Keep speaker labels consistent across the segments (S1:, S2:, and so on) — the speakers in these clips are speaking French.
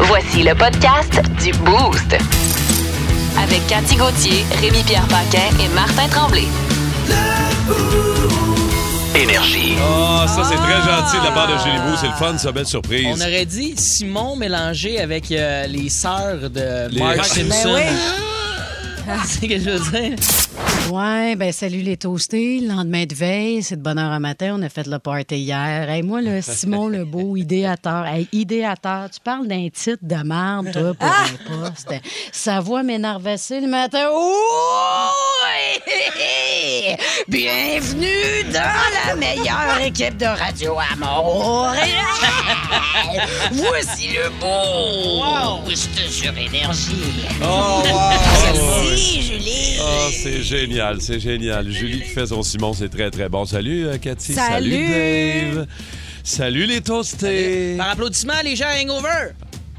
S1: Voici le podcast du Boost. Avec Cathy Gauthier, Rémi-Pierre Paquin et Martin Tremblay.
S2: Énergie.
S3: Ah, ça, c'est très gentil de la part de Julie Bou. C'est le fun, ça, belle
S4: On
S3: surprise.
S4: aurait dit Simon mélangé avec euh, les sœurs de
S3: Les-
S4: Mark
S3: Ben
S4: Simpson.
S5: oui.
S4: C'est ce que je veux dire.
S5: Ouais, ben salut les toastés. Le lendemain de veille, c'est de bonne heure un matin. On a fait le party hier. Hey, moi, le Simon Lebeau, idéateur. Hey, idéateur, tu parles d'un titre de merde, toi, pour
S3: Ah!
S5: un poste. Sa voix m'énervait le matin. Ouh! Hé, hé, hé! Bienvenue dans la meilleure équipe de radio à Montréal! Voici le beau! Boost sur énergie.
S3: Oh, wow. Ah, ouais, ouais.
S5: Merci, Julie!
S3: Ah, c'est génial, c'est génial. Julie qui fait son Simon, c'est très, très bon. Salut, euh, Cathy.
S5: Salut.
S3: Dave. Salut, les toastés.
S4: Par applaudissement, les gens hangover.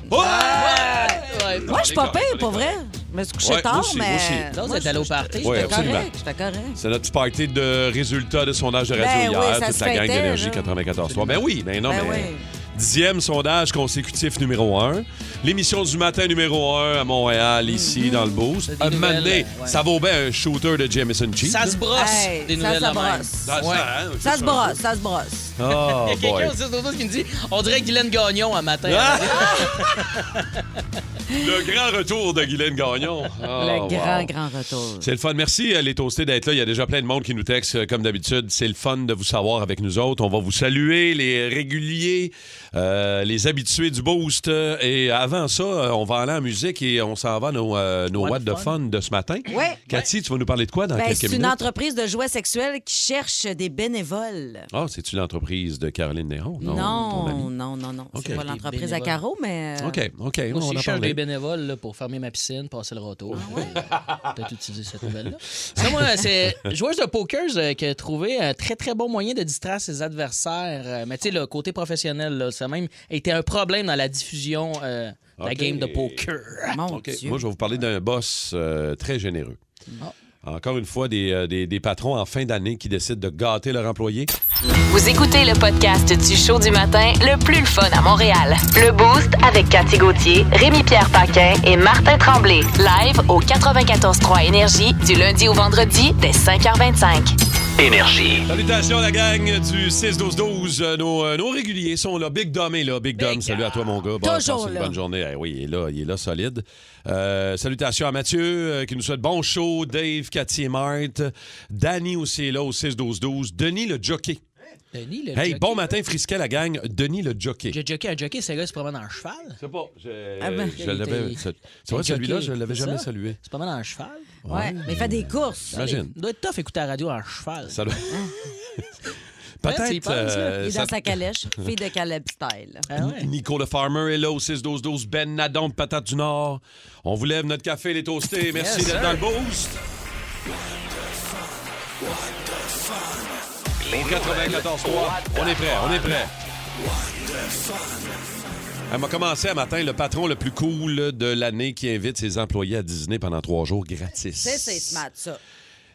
S3: Ouais!
S4: Ouais.
S3: On
S6: Moi, je suis
S3: est
S6: pas
S3: correct, on
S6: pire,
S3: est
S6: pour
S3: correct.
S6: vrai. Je me suis couché
S3: Ouais, moi
S6: tard,
S3: aussi, moi
S6: mais.
S3: aussi.
S4: Toi, vous
S6: Moi,
S4: êtes allé au party.
S3: Ouais,
S6: J'étais
S3: absolument.
S6: correct, j'étais correct.
S3: C'est notre petit party de résultats de sondage de radio
S6: Ben oui,
S3: hier,
S6: ça
S3: toute
S6: se
S3: la gang
S6: fêtait,
S3: d'énergie
S6: là.
S3: 94. Ben oui, ben non,
S6: Ben
S3: mais
S6: oui.
S3: dixième sondage consécutif numéro un. L'émission du matin numéro un à Montréal,
S6: Mhm.
S3: ici, dans le Boost.
S4: C'est des
S3: Un moment donné,
S4: nouvelles, ouais.
S3: ça vaut bien un shooter de Jameson Cheese.
S4: Ça
S3: là.
S4: se brosse
S6: Hey,
S4: des
S6: ça
S4: nouvelles
S6: se
S4: de même.
S6: brosse.
S3: Ça-
S4: Ouais.
S3: ça, hein, c'est
S6: Ça se brosse, ça se brosse.
S3: Oh,
S4: Il y a
S3: boy.
S4: quelqu'un au 6 qui me dit on dirait Guylaine Gagnon un matin.
S3: Ah! le grand retour de Guylaine Gagnon. Oh,
S6: Le
S3: wow.
S6: grand, grand retour.
S3: C'est le fun. Merci, euh, les toastés, d'être là. Il y a déjà plein de monde qui nous texte, euh, comme d'habitude. C'est le fun de vous savoir avec nous autres. On va vous saluer, les réguliers, euh, les habitués du boost. Euh, Et avant ça, euh, on va aller en musique et on s'en va à nos, euh, nos
S4: What
S3: What
S4: the
S3: the Fun de ce matin.
S6: Ouais.
S3: Cathy, tu vas nous parler de quoi dans
S6: Ben, c'est
S3: quelques
S6: une
S3: minutes?
S6: entreprise de jouets sexuels qui cherche des bénévoles.
S3: Ah, c'est-tu l'entreprise de Caroline Néron? ton
S6: Non,
S3: ami?
S6: non, non, non.
S3: Ok.
S6: C'est pas l'entreprise à
S4: Bénévoles.
S6: carreaux, mais. euh,
S3: OK, OK,
S4: Moi
S3: on
S4: aussi,
S3: va
S4: je
S3: en
S4: cherche des
S3: parler.
S4: bénévoles là, pour fermer ma piscine, passer le retour. Peut-être utiliser cette nouvelle-là. Ça, moi, c'est joueuse de poker euh, qui a trouvé un très, très bon moyen de distraire ses adversaires. Euh, Mais tu sais, le côté professionnel, là, ça a même été un problème dans la diffusion euh, de la
S3: Ok.
S4: game de poker.
S6: Mon
S3: OK,
S6: Dieu.
S3: Moi, je vais vous parler d'un boss euh, très généreux.
S4: Ah.
S3: Encore une fois, des, euh, des- des patrons en fin d'année qui décident de gâter leur employé.
S1: Vous écoutez le podcast du show du matin le plus le fun à Montréal. Le Boost avec Cathy Gauthier, Rémi-Pierre Paquin et Martin Tremblay. Live au 94.3 Énergie du lundi au vendredi dès 5h25.
S2: Énergie.
S3: Salutations la gang du 6-12-12. Euh, Nos, euh, nos réguliers sont là. Big Dom est là. Big Dom, salut à toi mon gars.
S6: Toujours
S3: passe une
S6: là.
S3: bonne journée. Eh oui, il est là, il est là solide. Euh, salutations à Mathieu euh, qui nous souhaite bon show. Dave, Cathy et Marthe. Danny aussi est là au 6-12-12. Denis le jockey.
S4: Denis, le
S3: hey,
S4: jockey-
S3: bon matin frisquet la gang. Denis le jockey.
S4: J'ai jockey à jockey, c'est un gars qui se promène en cheval.
S3: sais pas, je,
S6: Ah ben,
S3: je l'avais.
S4: t'es-
S3: ce- Tu vois,
S4: t'es
S3: celui-là,
S4: jockey,
S3: je l'avais
S4: c'est
S3: jamais
S4: ça?
S3: salué.
S4: Il se promène en cheval.
S6: Ouais, mais fait des courses.
S3: Imagine.
S4: doit être tough écouter la radio en cheval.
S3: Ça doit-
S4: Ah. tu y
S3: Peut-être.
S4: penses, là.
S6: Il
S3: euh,
S6: est
S3: ça- Euh,
S6: dans sa calèche, fille de Caleb Style.
S4: Ah ouais.
S3: Nico le Farmer est là au 6-12-12. Ben Nadon de Patate du Nord. On vous lève notre café, les toastés. Merci
S4: Yes,
S3: d'être
S4: sir.
S3: dans le boost. Au 94 on est prêt, on est prêt. Elle m'a commencé à matin le patron le plus cool de l'année qui invite ses employés à dîner pendant trois jours gratis.
S6: C'est c'est smart, ça.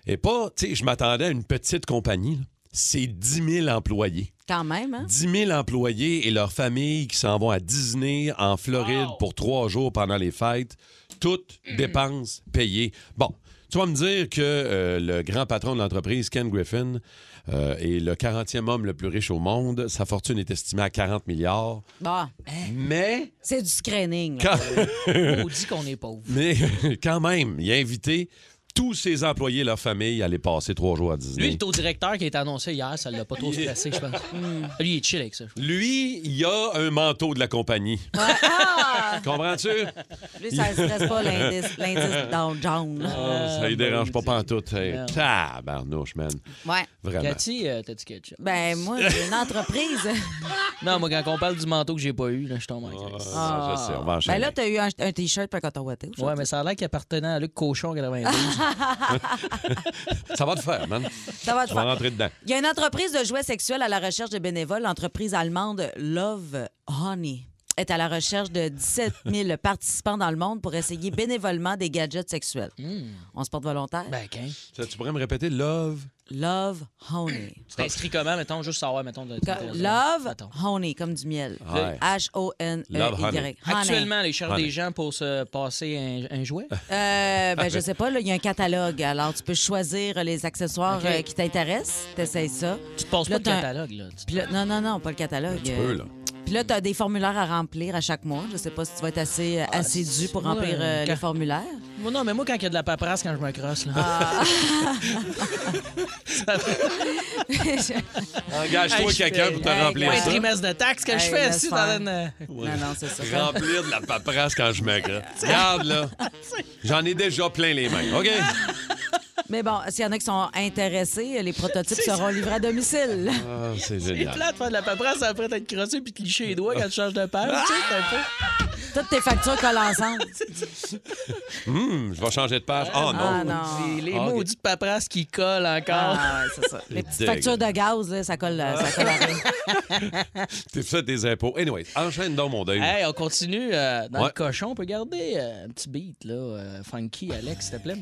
S3: Et pas, tu sais, je m'attendais à une petite compagnie. là. C'est 10 000 employés.
S6: Quand même, hein?
S3: 10 000 employés et leurs familles qui s'en vont à Disney en Floride pour trois jours pendant les fêtes. Toutes dépenses payées. Bon, tu vas me dire que euh, le grand patron de l'entreprise, Ken Griffin, euh, est le 40e homme le plus riche au monde. Sa fortune est estimée à 40 milliards.
S6: Bon,
S3: Mais...
S6: Bah, hein? c'est du screening. là.
S3: Quand...
S4: On dit qu'on est pauvre.
S3: Mais quand même, il a invité tous ses employés et leur famille allaient passer trois jours à Disney.
S4: Lui, le taux directeur qui a été annoncé hier, ça l'a pas trop stressé, je pense.
S6: Hmm.
S4: Lui, il est chill avec ça. je pense.
S3: Lui, il a un manteau de la compagnie.
S6: Ah!
S3: Comprends-tu?
S6: Lui, ça ne stresse pas l'indice, l'indice Dow Jones. là.
S3: Ah, ça ne dérange pas pantoute. Hey,
S4: Merde.
S3: tabarnouche, man.
S6: Ouais.
S3: Vraiment.
S4: Cathy, euh, t'as-tu quelque chose?
S6: Ben, moi, j'ai une entreprise.
S4: Non, moi, quand on parle du manteau que j'ai pas eu, là, je tombe en crise.
S3: Ah, je sais, on va enchaîner.
S6: Ben là, t'as eu un, un T-shirt par coton watté
S4: Ouais, mais ça a l'air qu'il appartenait à Luc Cochon Ben, en 92.
S3: Ça va te faire, man.
S6: Ça va te
S3: On va
S6: faire.
S3: rentrer dedans.
S6: Il y a une entreprise de jouets sexuels à la recherche de bénévoles, l'entreprise allemande Love Honey est à la recherche de 17 000 participants dans le monde pour essayer bénévolement des gadgets sexuels.
S3: Hmm.
S6: On se porte volontaire?
S4: ben, quand?
S3: Ça, tu pourrais me répéter Love?
S6: Love Honey.
S4: Tu t'inscris comment, mettons, juste savoir, mettons, de,
S6: Co-
S4: de- de-
S6: Love
S4: mettons.
S6: Honey, comme du miel.
S3: Ouais. Love honey.
S6: E H-O-N-E-Y.
S4: Actuellement, ils cherchent
S3: Honey. Ah.
S4: des gens pour se passer un, un jouet.
S6: Euh, ben, je sais pas, là, il y a un catalogue. Alors, tu peux choisir les accessoires
S4: OK.
S6: euh, qui t'intéressent. T'essayes ça.
S4: Tu te passes
S6: Là,
S4: pas de
S6: t'as-
S4: catalogue, là. Tu-
S6: Puis là- non, non, non, pas le catalogue.
S3: Tu peux, là.
S6: Puis là, tu as des formulaires à remplir à chaque mois. Je sais pas si tu vas être assez euh, assidu pour remplir
S4: ouais,
S6: euh,
S4: quand-
S6: les formulaires.
S4: Moi, non, mais moi, quand il y a de la paperasse, quand je me crosse, là.
S6: Ah,
S3: Engage-toi
S4: Hey, je
S3: quelqu'un
S4: fais-
S3: pour te
S6: Hey,
S3: remplir
S4: un
S6: gars.
S3: ça.
S4: trimestre de taxes que je
S6: Hey,
S4: fais
S6: laisse
S4: assis dans
S6: faire.
S4: une.
S6: Non, non, c'est ça.
S3: Remplir de la paperasse quand je mec. Regarde, là. J'en ai déjà plein les mains. OK?
S6: Mais bon, s'il y en a qui sont intéressés, les prototypes seront livrés à domicile.
S3: Ah, c'est
S4: C'est
S3: génial.
S4: plat de faire de la paperasse après t'être crossé puis te licher les doigts quand tu changes de page. Tu sais, c'est un peu.
S6: Toutes tes factures collent ensemble.
S3: Hum, je vais changer de page. Oh
S6: Ah
S3: non.
S4: Les,
S6: non.
S4: les
S3: Ah, ok.
S4: maudits de paperasse qui collent encore.
S6: Ah, ouais, c'est ça. Les petites
S3: dégueu.
S6: factures de gaz, là, ça colle, euh, ça colle à rien.
S3: T'es fait des impôts. Anyway, enchaîne donc mon deuil.
S4: Hey, on continue euh, dans
S3: Ouais.
S4: le cochon. On peut garder euh, un petit beat, là. euh, funky, Alex, s'il te plaît.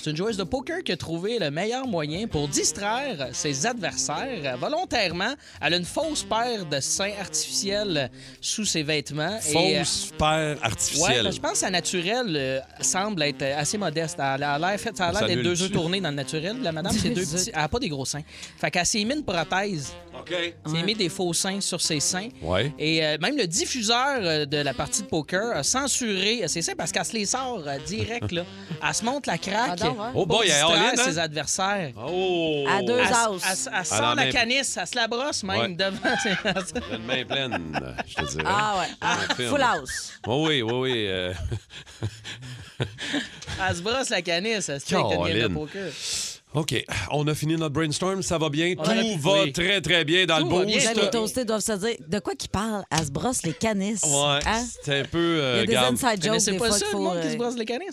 S4: C'est une joueuse de poker qui a trouvé le meilleur moyen pour distraire ses adversaires euh, volontairement. Elle a une fausse paire de seins artificiels sous ses vêtements. Et, euh,
S3: Fausse paire
S4: Ouais,
S3: artificielle.
S4: ben, je pense que sa naturelle euh, semble être euh, assez modeste. Elle a l'air faite- ça a
S3: Ça
S4: l'air d'être deux œufs
S3: annule-tu?
S4: tournés dans le naturel. La madame, c'est deux
S6: œufs.
S4: petits. Elle n'a pas des gros seins. Fait qu'elle s'est mis une prothèse.
S3: OK.
S4: Elle s'est mis des faux seins sur ses seins.
S3: Ouais.
S4: Et euh, même le diffuseur euh, de la partie de poker a censuré euh, ses seins parce qu'elle se les sort euh, direct. Là. Elle se monte la
S6: Pardon,
S4: craque.
S6: Ah, ouais.
S3: Oh
S4: pour
S3: boy, elle est
S4: distraire
S3: all-in, hein?
S4: ses adversaires.
S3: Oh!
S6: À deux
S4: Elle, s-
S6: as.
S4: elle s- elle sort
S3: Alors,
S4: la
S3: même-
S4: canisse, elle se la brosse même
S3: Ouais.
S4: devant.
S3: J'ai une main pleine, je te dirais.
S6: Ah ouais. Ah,
S3: Un film.
S6: full house.
S3: Oh oui, oui, oui. euh,
S4: elle se brosse la canisse, elle se check une game
S3: Caroline.
S4: de poker.
S3: OK, on a fini notre brainstorm, ça va bien.
S4: On
S3: Tout
S4: a-
S3: va
S4: oui.
S3: très, très bien dans
S4: Tout
S3: le
S4: va bien.
S6: Là,
S3: boost.
S6: les toastés doivent se dire de quoi qu'ils parlent. Elle se brosse les canisses.
S3: Ouais,
S6: Hein?
S3: c'est un peu...
S6: Il y
S3: euh,
S6: a des
S3: garde-
S6: inside jokes
S4: connaissez
S6: des
S4: pas
S6: fois qu'il
S4: ça, le
S6: faut.
S4: monde qui
S6: euh,
S4: se brosse les canisses?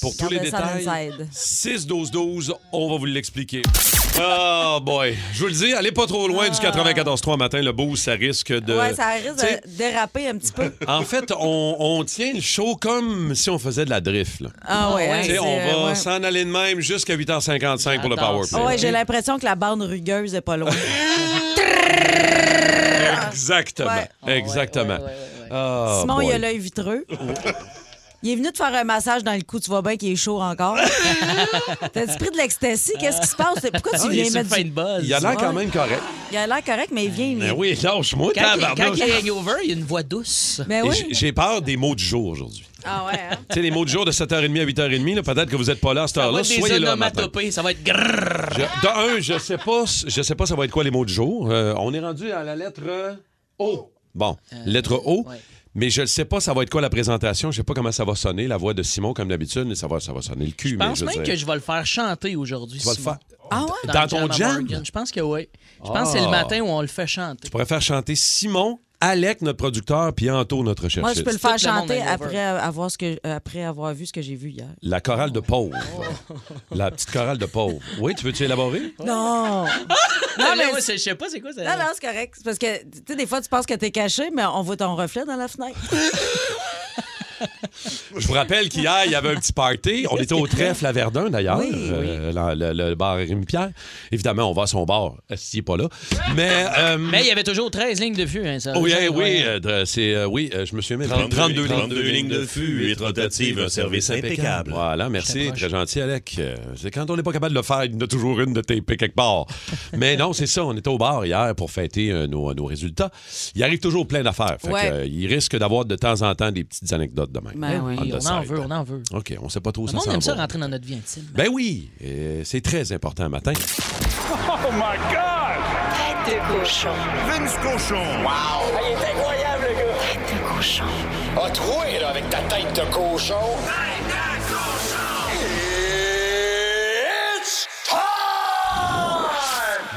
S3: Pour tous les
S6: Gardez ça
S3: détails,
S6: inside.
S3: 6-12-12, on va vous l'expliquer. Oh boy, je vous le dis, allez pas trop loin du 94-3 matin, le boost, ça risque de...
S6: Ah. Ouais, ça risque
S3: Tu sais,
S6: de déraper un petit peu.
S3: En fait, on, on tient le show comme si on faisait de la drift. là.
S6: Ah ouais, hein,
S3: Tu sais,
S6: c'est-
S3: on va
S6: ouais. Ah
S3: s'en aller de même jusqu'à 8h55 pour le
S4: J'adore
S3: Power
S4: ça.
S3: Play.
S6: Ouais, j'ai l'impression que la bande rugueuse est pas loin.
S3: Exactement.
S6: Ouais.
S3: Exactement.
S4: Ouais, ouais, ouais, ouais.
S3: Ah,
S6: Simon, il
S3: boy.
S6: a l'œil vitreux. Il est venu te faire un massage dans le cou, tu vois bien qu'il est chaud encore. T'as-tu pris de l'ecstasy? Qu'est-ce qui se passe? Pourquoi tu
S4: Ah, il est
S6: viens
S4: sur
S6: mettre
S4: fin de
S6: du...
S4: buzz.
S3: Il a l'air
S6: Ouais.
S3: quand même correct.
S6: Il a l'air correct, mais il vient...
S3: Mais
S6: il-
S3: oui, lâche-moi,
S4: Quand, il- quand
S3: tabarnouche.
S4: il est hangover, il y a une voix douce.
S6: Mais
S3: Et
S6: oui.
S3: j'- J'ai peur des mots du jour aujourd'hui.
S6: Ah ouais, hein?
S3: Tu sais, les mots du jour de 7h30 à 8h30, là, peut-être que vous n'êtes pas Ah, là à cette
S4: Ça va
S3: heure-là.
S4: être des
S3: Soyez là matin.
S4: onomatopées, ça va être grrrr.
S3: Je- de un, je sais pas, s- je sais pas ça va être quoi les mots du jour. Euh, on est rendu à la lettre euh, O. Bon, lettre O.
S4: Euh, ouais.
S3: Mais je ne sais pas ça va être quoi la présentation. Je sais pas comment ça va sonner, la voix de Simon comme d'habitude, mais ça va, ça va sonner le cul.
S4: Je
S3: mais
S4: pense
S3: veux
S4: même
S3: dire,
S4: que je vais le faire chanter aujourd'hui.
S3: tu vas le
S4: Simon.
S3: faire.
S6: Ah ouais?
S3: Dans ton
S4: à
S3: jam?
S4: Morgan. Je pense que oui. Je pense que c'est le
S3: Ah.
S4: matin où on le fait chanter.
S3: Tu pourrais faire chanter Simon, Alec, notre producteur, puis Anto, notre chercheur.
S6: Moi, je peux le faire
S4: Tout le monde
S6: chanter
S4: hangover.
S6: après avoir, ce que, euh, après avoir vu ce que j'ai vu hier.
S3: La chorale de pauvres.
S6: Oh.
S3: La petite chorale de pauvres. Oui, tu veux-tu élaborer?
S6: Non! non,
S4: Non,
S6: mais...
S4: mais je sais pas c'est quoi ça.
S6: Non, non, c'est correct. C'est parce que, tu sais, des fois, tu penses que t'es caché, mais on voit ton reflet dans la fenêtre.
S3: Je vous rappelle qu'hier, il y avait un petit party. On était au trèfle à Verdun, d'ailleurs,
S6: Oui, oui.
S3: euh, dans le, le bar Rémi-Pierre. Évidemment, on va à son bar s'il n'est pas là. Mais. euh,
S4: Mais il y avait toujours 13 lignes de vue. Hein, ça-
S3: oui,
S4: ça-
S3: hein, oui,
S4: ouais.
S3: euh, dr- c'est, euh, oui, euh, je me souviens même. 32,
S7: lignes de fût, et tentative, un service impeccable.
S3: Voilà, merci,
S4: t'approche.
S3: très gentil, Alec. Euh, C'est quand on n'est pas capable de le faire, il y en a toujours une de TP quelque part. Mais non, c'est ça, on était au bar hier pour fêter euh, nos, nos résultats. Il arrive toujours plein d'affaires. Fait que,
S6: Ouais.
S3: euh, il risque d'avoir de temps en temps des petites anecdotes demain.
S6: Ben oui,
S4: Oui,
S3: the
S4: on en
S3: side.
S4: veut, on en veut.
S3: OK, on sait pas trop où
S4: Le
S3: ça
S4: monde
S3: s'en
S4: aime ça
S3: va.
S4: rentrer dans notre vie intime.
S3: Ben oui, euh, c'est très important matin.
S7: Vince Cochon.
S8: Ah, A Ah, troué, là, avec ta tête de cochon. It's time!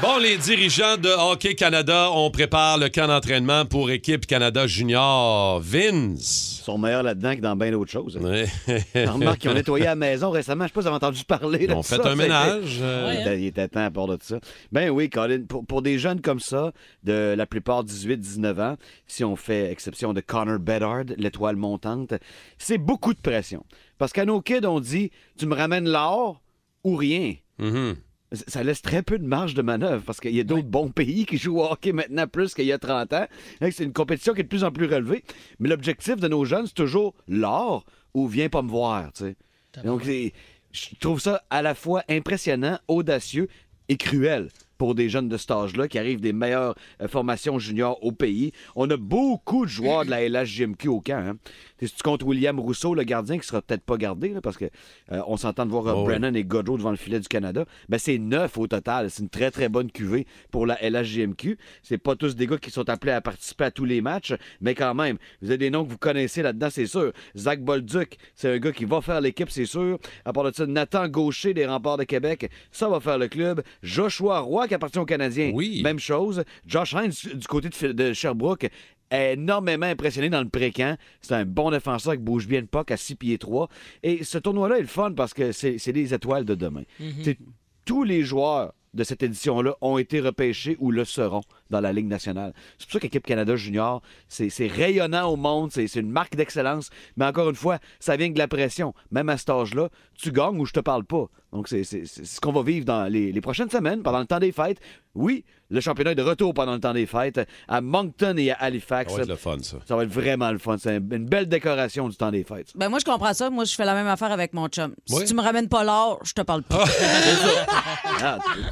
S3: Bon, les dirigeants de Hockey Canada, on prépare le camp d'entraînement pour équipe Canada Junior. Vince.
S9: Ils sont meilleurs là-dedans que dans bien d'autres choses.
S3: Ouais.
S9: Remarque qu'ils ont nettoyé la maison récemment. Je sais pas si vous avez entendu parler.
S3: Ils
S9: de
S3: ont fait
S9: ça.
S3: un ménage. euh,
S9: Il était, il était temps à part de ça. Ben oui, Colin, pour, pour des jeunes comme ça, de la plupart 18-19 ans, si on fait exception de Connor Bedard, l'étoile montante, c'est beaucoup de pression. Parce qu'à nos kids, on dit tu me ramènes l'or ou rien.
S3: mhm.
S9: C- Ça laisse très peu de marge de manœuvre parce qu'il y a d'autres bons pays qui jouent au hockey maintenant plus qu'il y a 30 ans. Hein, C'est une compétition qui est de plus en plus relevée. Mais l'objectif de nos jeunes, c'est toujours l'or ou viens pas me voir. tu sais. Donc, c'est- je trouve ça à la fois impressionnant, audacieux et cruel pour des jeunes de cet âge-là qui arrivent des meilleures euh, formations juniors au pays. On a beaucoup de joueurs de la LHJMQ au camp. hein. Tu sais, Si tu comptes William Rousseau, le gardien, qui sera peut-être pas gardé, là, parce que euh, on s'entend de voir euh,
S3: Oh oui.
S9: Brennan et Godreau devant le filet du Canada, ben c'est neuf au total. C'est une très, très bonne cuvée pour la LHJMQ. C'est pas tous des gars qui sont appelés à participer à tous les matchs, mais quand même, vous avez des noms que vous connaissez là-dedans, c'est sûr. Zach Bolduc, c'est un gars qui va faire l'équipe, c'est sûr. À part de ça, Nathan Gaucher des Remparts de Québec, ça va faire le club. Joshua Roy qui appartient aux Canadiens,
S3: Oui.
S9: même chose. Josh Hines du côté de, de Sherbrooke, énormément impressionné dans le pré-camp. C'est un bon défenseur qui bouge bien le puck à 6 pieds 3. Et ce tournoi-là est le fun parce que c'est c'est les étoiles de demain. C'est- Tous les joueurs de cette édition-là ont été repêchés ou le seront dans la Ligue nationale. C'est pour ça qu'équipe Canada Junior, c'est c'est rayonnant au monde, c'est c'est une marque d'excellence. Mais encore une fois, ça vient de la pression. Même à cet âge-là, tu gagnes ou je te parle pas. Donc, c'est c'est- c'est ce qu'on va vivre dans les, les prochaines semaines, pendant le temps des fêtes. Oui, le championnat est de retour pendant le temps des fêtes à Moncton et à Halifax.
S3: Ça va être le fun, ça.
S9: Ça va être vraiment le fun. C'est un- une belle décoration du temps des fêtes.
S6: Ben moi, je comprends ça. Moi, je fais la même affaire avec mon chum.
S3: Oui.
S6: Si tu me ramènes pas l'or, je te parle plus.
S9: Ah, c'est- c'est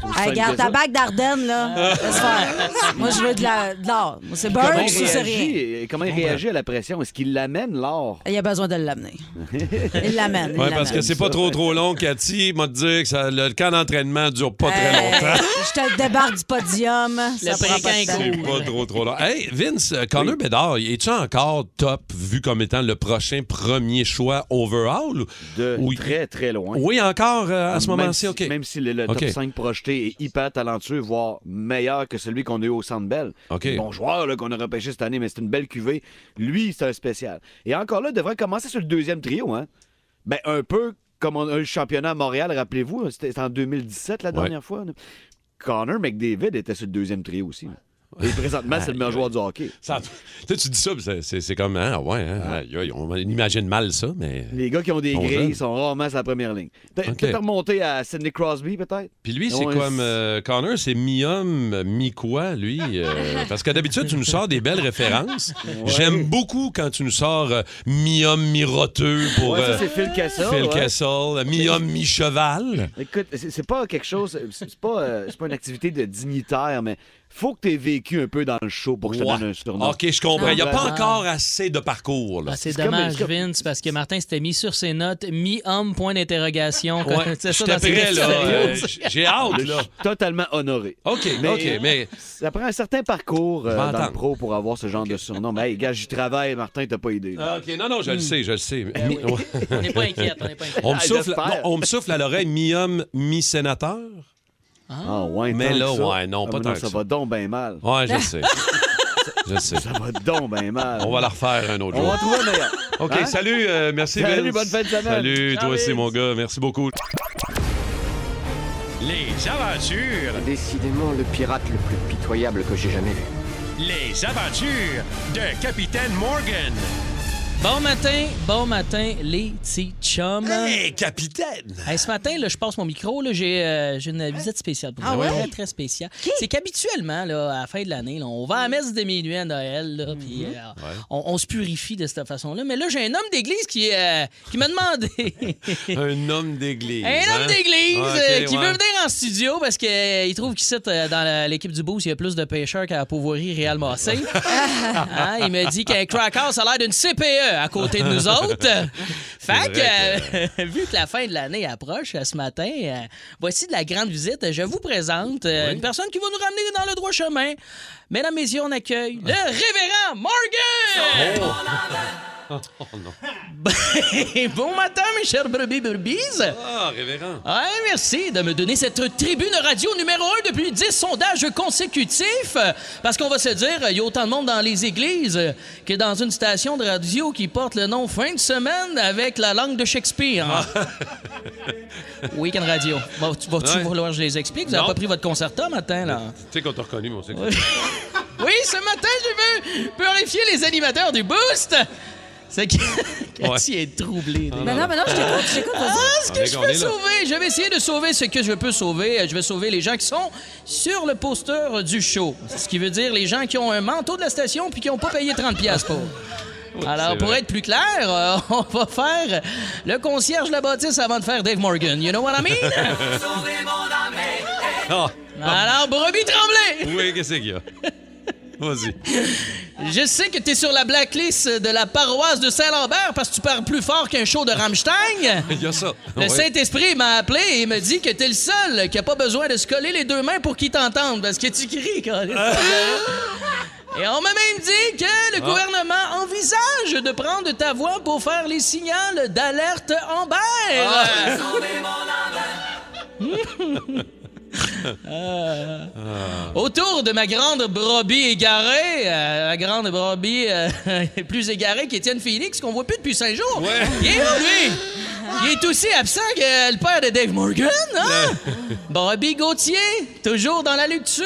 S6: Hey,
S9: simple
S6: regarde,
S9: que
S6: ta
S9: ça.
S6: bague d'Ardenne, là, laisse faire. moi, je veux de la- de l'or. Moi, c'est
S9: Comment
S6: beurre,
S9: il
S6: ça, c'est
S9: réagit,
S6: rien.
S9: et comment il réagit à la pression? Est-ce qu'il l'amène l'or?
S6: Il a besoin de l'amener. Il l'amène. il
S3: Oui, parce
S6: l'amène.
S3: que c'est pas trop trop long, Cathy. M'a dire que ça- le camp d'entraînement dure pas très
S6: Hey,
S3: longtemps.
S6: Je te débarque du podium. ça prend pas de
S4: préquin
S6: temps.
S3: C'est pas trop trop long. Hey, Vince, euh, Connor Bedard, es-tu encore top vu comme étant le prochain premier choix overall? ou-
S9: De
S3: Oui.
S9: très, très loin.
S3: Oui, encore euh, à ce
S9: Même
S3: moment-ci,
S9: si-
S3: OK.
S9: Même si le, le
S3: OK.
S9: top 5 projeté est hyper talentueux, voire meilleur que celui qu'on a eu au Centre Bell.
S3: OK.
S9: Bon joueur là, qu'on a repêché cette année, mais c'est une belle cuvée. Lui, c'est un spécial. Et encore là, il devrait commencer sur le deuxième trio. Hein? Ben, un peu comme on a eu le championnat à Montréal, rappelez-vous, hein, c'était c'était en 2017 la
S3: Ouais.
S9: dernière fois. là. Connor McDavid était sur le deuxième trio aussi. Et présentement, c'est le meilleur joueur du hockey.
S3: Ça- là, tu dis ça, puis c'est- c'est c'est comme, hein, ah ouais, hein, aïe, aïe, on imagine mal ça, mais...
S9: Les gars qui ont des
S3: Bon jeune.
S9: grilles sont rarement sur la première ligne. Peut-
S3: OK.
S9: Peut-être remonter à Sidney Crosby, peut-être?
S3: Puis lui, c'est
S9: Ouais,
S3: comme euh, Connor, c'est mi-homme, mi-quoi, lui. euh, parce que d'habitude, tu nous sors des belles références. J'aime beaucoup quand tu nous sors euh, mi-homme, mi-roteux pour
S9: Ouais,
S3: euh,
S9: ça, c'est Phil Kessel.
S3: Phil
S9: ouais.
S3: Kessel, euh, mi-homme, mi-cheval.
S9: Écoute, c'est c'est pas quelque chose, c'est c'est pas, euh, c'est pas une activité de dignitaire, mais faut que t'aies vécu un peu dans le show pour que je te
S3: Ouais.
S9: donne un surnom. ben
S3: OK, je comprends. Il n'y a pas
S6: Ah.
S3: encore assez de parcours. Là.
S4: Ah, c'est
S9: C'est comme-
S4: dommage,
S9: c'est comme-
S4: Vince, parce que Martin s'était mis sur ses notes mi-homme, point d'interrogation. Quand-
S3: Ouais,
S4: c'est ça,
S3: j'étais
S4: dans ses
S3: prêt, là.
S4: références.
S3: euh, j- J'ai hâte,
S9: Je
S3: là.
S9: suis totalement honoré.
S3: OK,
S9: Mais-
S3: OK, mais
S9: Ça prend un certain parcours euh,
S3: Je vais
S9: dans
S3: entendre.
S9: le pro pour avoir ce genre de surnom. Mais hey, gars, j'y travaille, Martin, t'as pas idée. là.
S3: OK, non, non,
S9: hmm.
S3: je le sais, je le sais.
S9: Ben
S4: oui. On n'est pas inquiète, on n'est pas inquiète.
S3: On me,
S9: Ah,
S3: souffle,
S9: j'espère.
S3: non, on me souffle à l'oreille mi-homme, mi-sénateur.
S9: Ah, ouais,
S3: Mais
S9: tant que
S3: là,
S9: ça.
S3: ouais, non,
S9: Ah,
S3: pas
S9: mais
S3: tant que
S9: Ça
S3: ça.
S9: va donc bien mal.
S3: Ouais, je sais. je sais.
S9: Ça va donc bien mal.
S3: On va la refaire un autre
S9: On va en
S3: jour.
S9: trouver un meilleur.
S3: OK,
S9: Hein?
S3: salut, euh, merci.
S9: Salut,
S3: Vince.
S9: bonne fin de semaine.
S3: Salut, toi
S4: Ciao,
S3: aussi,
S4: Vince.
S3: mon gars. Merci beaucoup.
S7: Les aventures,
S8: Décidément le pirate le plus pitoyable que j'ai jamais vu.
S7: les aventures de Capitaine Morgan.
S4: Bon matin, bon matin, les petits chums.
S3: Hey, capitaine!
S4: ce matin, là, je passe mon micro. là, J'ai euh, j'ai une visite spéciale pour
S3: Ah
S4: vous.
S3: ouais?
S4: Très, très spéciale. C'est qu'habituellement, là, à la fin de l'année, là, on va à la messe de minuit à Noël,
S3: Mhm.
S4: là, puis euh, on, on se purifie de cette façon-là. Mais là, j'ai un homme d'église qui, euh, qui m'a demandé...
S3: Un homme d'église.
S4: Un homme
S3: hein?
S4: d'église
S3: Ah, ok,
S4: euh, qui
S3: ouais.
S4: veut venir en studio parce qu'il trouve qu'ici, euh, dans la- l'équipe du Boost, il y a plus de pêcheurs qu'à la Pauvoirie Réal Massé. Hein, il me dit qu'un crack house a l'air d'une CPE à côté de nous autres.
S10: C'est
S4: Fait
S10: vrai
S4: que, euh, vu que la fin de l'année approche euh, ce matin, euh, voici de la grande visite. Je vous présente euh, une personne qui va nous ramener dans le droit chemin. Mesdames, messieurs, on accueille le
S3: Ah.
S4: révérend Morgan! Ben,
S3: Oh non.
S4: bon matin, mes chers brebis brebis!
S3: Ah, révérend.
S4: Ah, merci de me donner cette tribune radio numéro 1 depuis 10 sondages consécutifs. Euh, Parce qu'on va se dire, il y a autant de monde dans les églises euh, que dans une station de radio qui porte le nom fin de semaine avec la langue de Shakespeare.
S3: Ah.
S4: Weekend Radio. Bon, tu vas-tu
S3: Ouais.
S4: vouloir que je les explique? Vous n'avez
S3: Non.
S4: pas pris votre concerto matin, là?
S3: Tu sais qu'on t'a reconnu, mon secret.
S4: Oui, ce matin, je veux purifier les animateurs du Boost. C'est que Cathy est troublée.
S3: Mais non, mais non, je t'écoute, je t'écoute, vas-y.
S4: Ah, ce
S3: On
S4: que
S3: est-
S4: je
S3: on
S4: peux
S3: est là.
S4: sauver, je vais essayer de sauver ce que je peux sauver. Je vais sauver les gens qui sont sur le poster du show. Ce qui veut dire les gens qui ont un manteau de la station puis qui n'ont pas payé 30 piastres pour. Alors,
S10: c'est
S4: pour
S10: vrai.
S4: être plus clair, euh, on va faire le concierge de la bâtisse avant de faire Dave Morgan. You know what I mean?
S3: Ah.
S4: Alors, brebis tremblée!
S3: Oui, qu'est-ce qu'il y a? Vas-y.
S4: Je sais que t'es sur la blacklist de la paroisse de Saint-Lambert parce que tu parles plus fort qu'un show de Rammstein.
S3: Il y a ça.
S4: Le
S3: Ouais.
S4: Saint-Esprit m'a appelé et me dit que t'es le seul qui a pas besoin de se coller les deux mains pour qu'il t'entende parce que tu cries, Colin. Et on m'a même dit que le
S10: Ah.
S4: gouvernement envisage de prendre ta voix pour faire les signaux d'alerte Amber. Euh,
S10: Ah.
S4: Autour de ma grande brebis égarée, euh, la grande brebis euh, plus égarée qu'Étienne Phoenix, qu'on voit plus depuis cinq jours. Il est où, lui? Il est aussi absent que euh, le père de Dave Morgan, hein? Bobby Gauthier, toujours dans la lecture,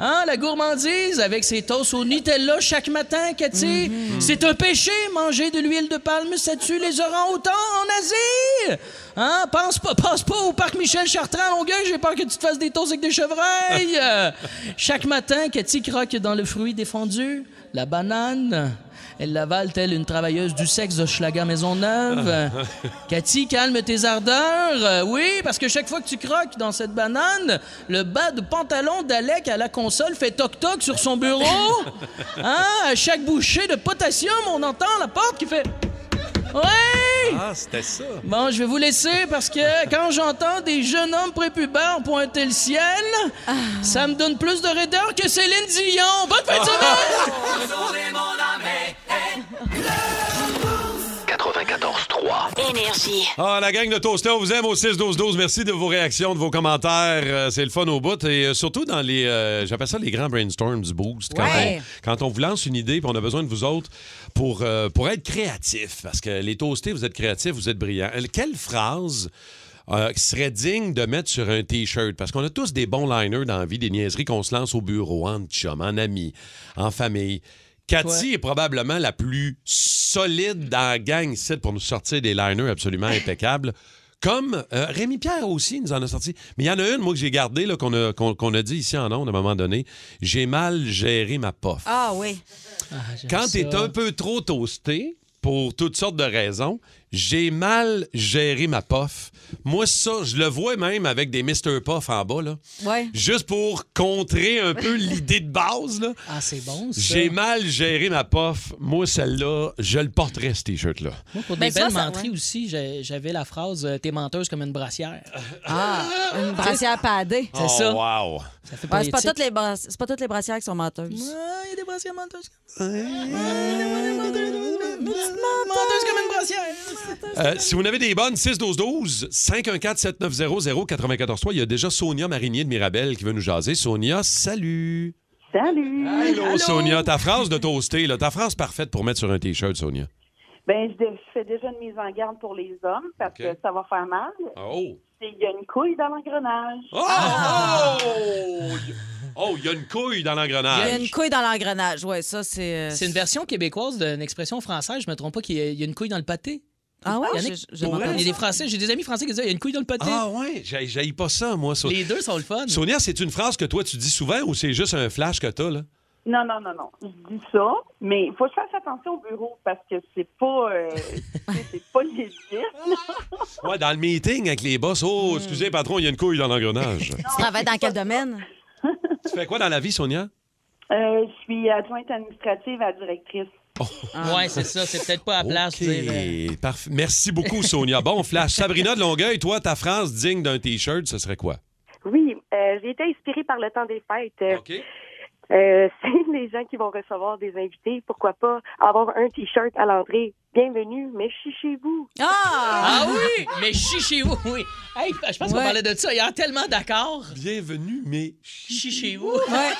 S4: hein? La gourmandise avec ses toasts au Nutella chaque matin, Cathy. C'est un péché, manger de l'huile de palme, ça tue les orangs-outans en Asie! Hein? Pense pas, pense pas au parc Michel Chartrand à Longueuil, j'ai peur que tu te fasses des toasts avec des chevreuils! Euh, chaque matin, Cathy croque dans le fruit défendu, la banane. Elle l'avale telle une travailleuse du sexe de Schlager Maisonneuve. Euh, Cathy, calme tes ardeurs. Euh, oui, parce que chaque fois que tu croques dans cette banane, le bas de pantalon d'Alec à la console fait toc-toc sur son bureau. Hein? À chaque bouchée de potassium, on entend la porte qui fait... Ouais!
S3: Ah, c'était ça.
S4: Bon, je vais vous laisser parce que quand j'entends des jeunes hommes prépubères pointer le ciel, Ah. ça me donne plus de raideur que Céline Dion. Bonne fin de semaine!
S1: 94.3 Énergie.
S3: Ah, la gang de Toaster, on vous aime au 6-12-12. Merci de vos réactions, de vos commentaires. Euh, c'est le fun au bout. Et euh, surtout dans les, euh, j'appelle ça les grands brainstorms du boost. Quand,
S10: Ouais.
S3: on, quand on vous lance une idée, puis on a besoin de vous autres pour, euh, pour être créatifs. Parce que les toastés, vous êtes créatifs, vous êtes brillants. Euh, Quelle phrase euh, serait digne de mettre sur un T-shirt? Parce qu'on a tous des bons liners dans la vie, des niaiseries qu'on se lance au bureau, en chum, en ami, en famille. Cathy est probablement la plus solide dans la gang ici pour nous sortir des liners absolument impeccables. Comme euh, Rémi Pierre aussi nous en a sorti. Mais il y en a une, moi, que j'ai gardée, là, qu'on a, qu'on- qu'on a dit ici en ondes à un moment donné. J'ai mal géré ma pof.
S6: Ah oui.
S3: Quand tu es
S6: ça.
S3: un peu trop toasté, pour toutes sortes de raisons, j'ai mal géré ma pof. Moi, ça, je le vois même avec des Mr. Puff en bas, là.
S6: Ouais.
S3: Juste pour contrer un peu l'idée de base, là.
S4: Ah, c'est bon, ça.
S3: J'ai mal géré ma pof. Moi, celle-là, je le porterais, ce t-shirt-là.
S4: Moi, pour
S6: Ben,
S4: des
S6: tu
S4: belles
S6: vois, ça-
S4: menteries
S6: ouais.
S4: aussi, j'ai- j'avais la phrase euh, T'es menteuse comme une brassière.
S6: Ah, une brassière padée.
S4: C'est ça.
S3: Oh, wow.
S4: Ça fait
S6: Ouais, c'est, pas
S4: poétique.
S6: toutes les bras- c'est pas toutes les brassières qui sont menteuses.
S4: Il y a des brassières menteuses. Ah,
S10: Menteuse
S4: comme une brassière.
S3: Euh, si vous en avez des bonnes, 6-12-12, 514-7900-943. Il y a déjà Sonia Marinier de Mirabel qui veut nous jaser. Sonia, salut.
S11: Salut.
S3: Allô, Sonia. Ta phrase de toasté, là, ta phrase parfaite pour mettre sur un t-shirt, Sonia.
S11: Ben, je, dé- je fais déjà une mise en garde pour les hommes parce
S3: Ok.
S11: que ça va faire mal.
S3: Oh.
S11: C'est il y a une couille dans l'engrenage.
S3: Oh! Oh, il y a une couille dans l'engrenage.
S6: Il y a une couille dans l'engrenage, ouais, ça c'est. euh,
S4: C'est une version québécoise d'une expression française, je me trompe pas, qu'il y a- il y a une couille dans le pâté.
S6: Ah ouais?
S4: Il y en a-
S6: Je- je
S4: Pour
S6: m'entends
S4: vrai, il y a des
S6: ça.
S4: Français, j'ai des amis français qui disent il y a une couille dans le pâté.
S3: Ah ouais, j'ai j'haïs pas ça, moi. Son-
S4: Les deux sont le fun.
S3: Sonia, c'est une phrase que toi, tu dis souvent ou c'est juste un flash que t'as, là?
S11: Non, non, non, non. Je dis ça, mais il faut que je fasse attention au bureau parce que c'est pas, euh, tu sais, c'est pas légitime.
S3: Ouais, dans le meeting avec les boss, oh, excusez, patron, il y a une couille dans l'engrenage.
S6: Tu travailles dans quel domaine?
S3: tu fais quoi dans la vie, Sonia?
S11: Euh, je suis adjointe administrative à directrice.
S6: Ah.
S4: Ouais, c'est ça, c'est peut-être pas à place.
S3: OK,
S4: de dire, euh,
S3: parfait. Merci beaucoup, Sonia. Bon flash. Sabrina de Longueuil, toi, ta phrase digne d'un T-shirt, ce serait quoi?
S12: Oui, euh, j'ai été inspirée par le temps des fêtes. Euh, euh, c'est les gens qui vont recevoir des invités. Pourquoi pas avoir un T-shirt à l'entrée? Bienvenue, mais je suis chez vous.
S4: Ah oui, mais chi chez vous, oui. Hey, je pense qu'on
S12: Ouais.
S4: parlait de ça. Il y a tellement d'accords.
S3: Bienvenue, mais
S4: chi chez vous.
S6: Ah,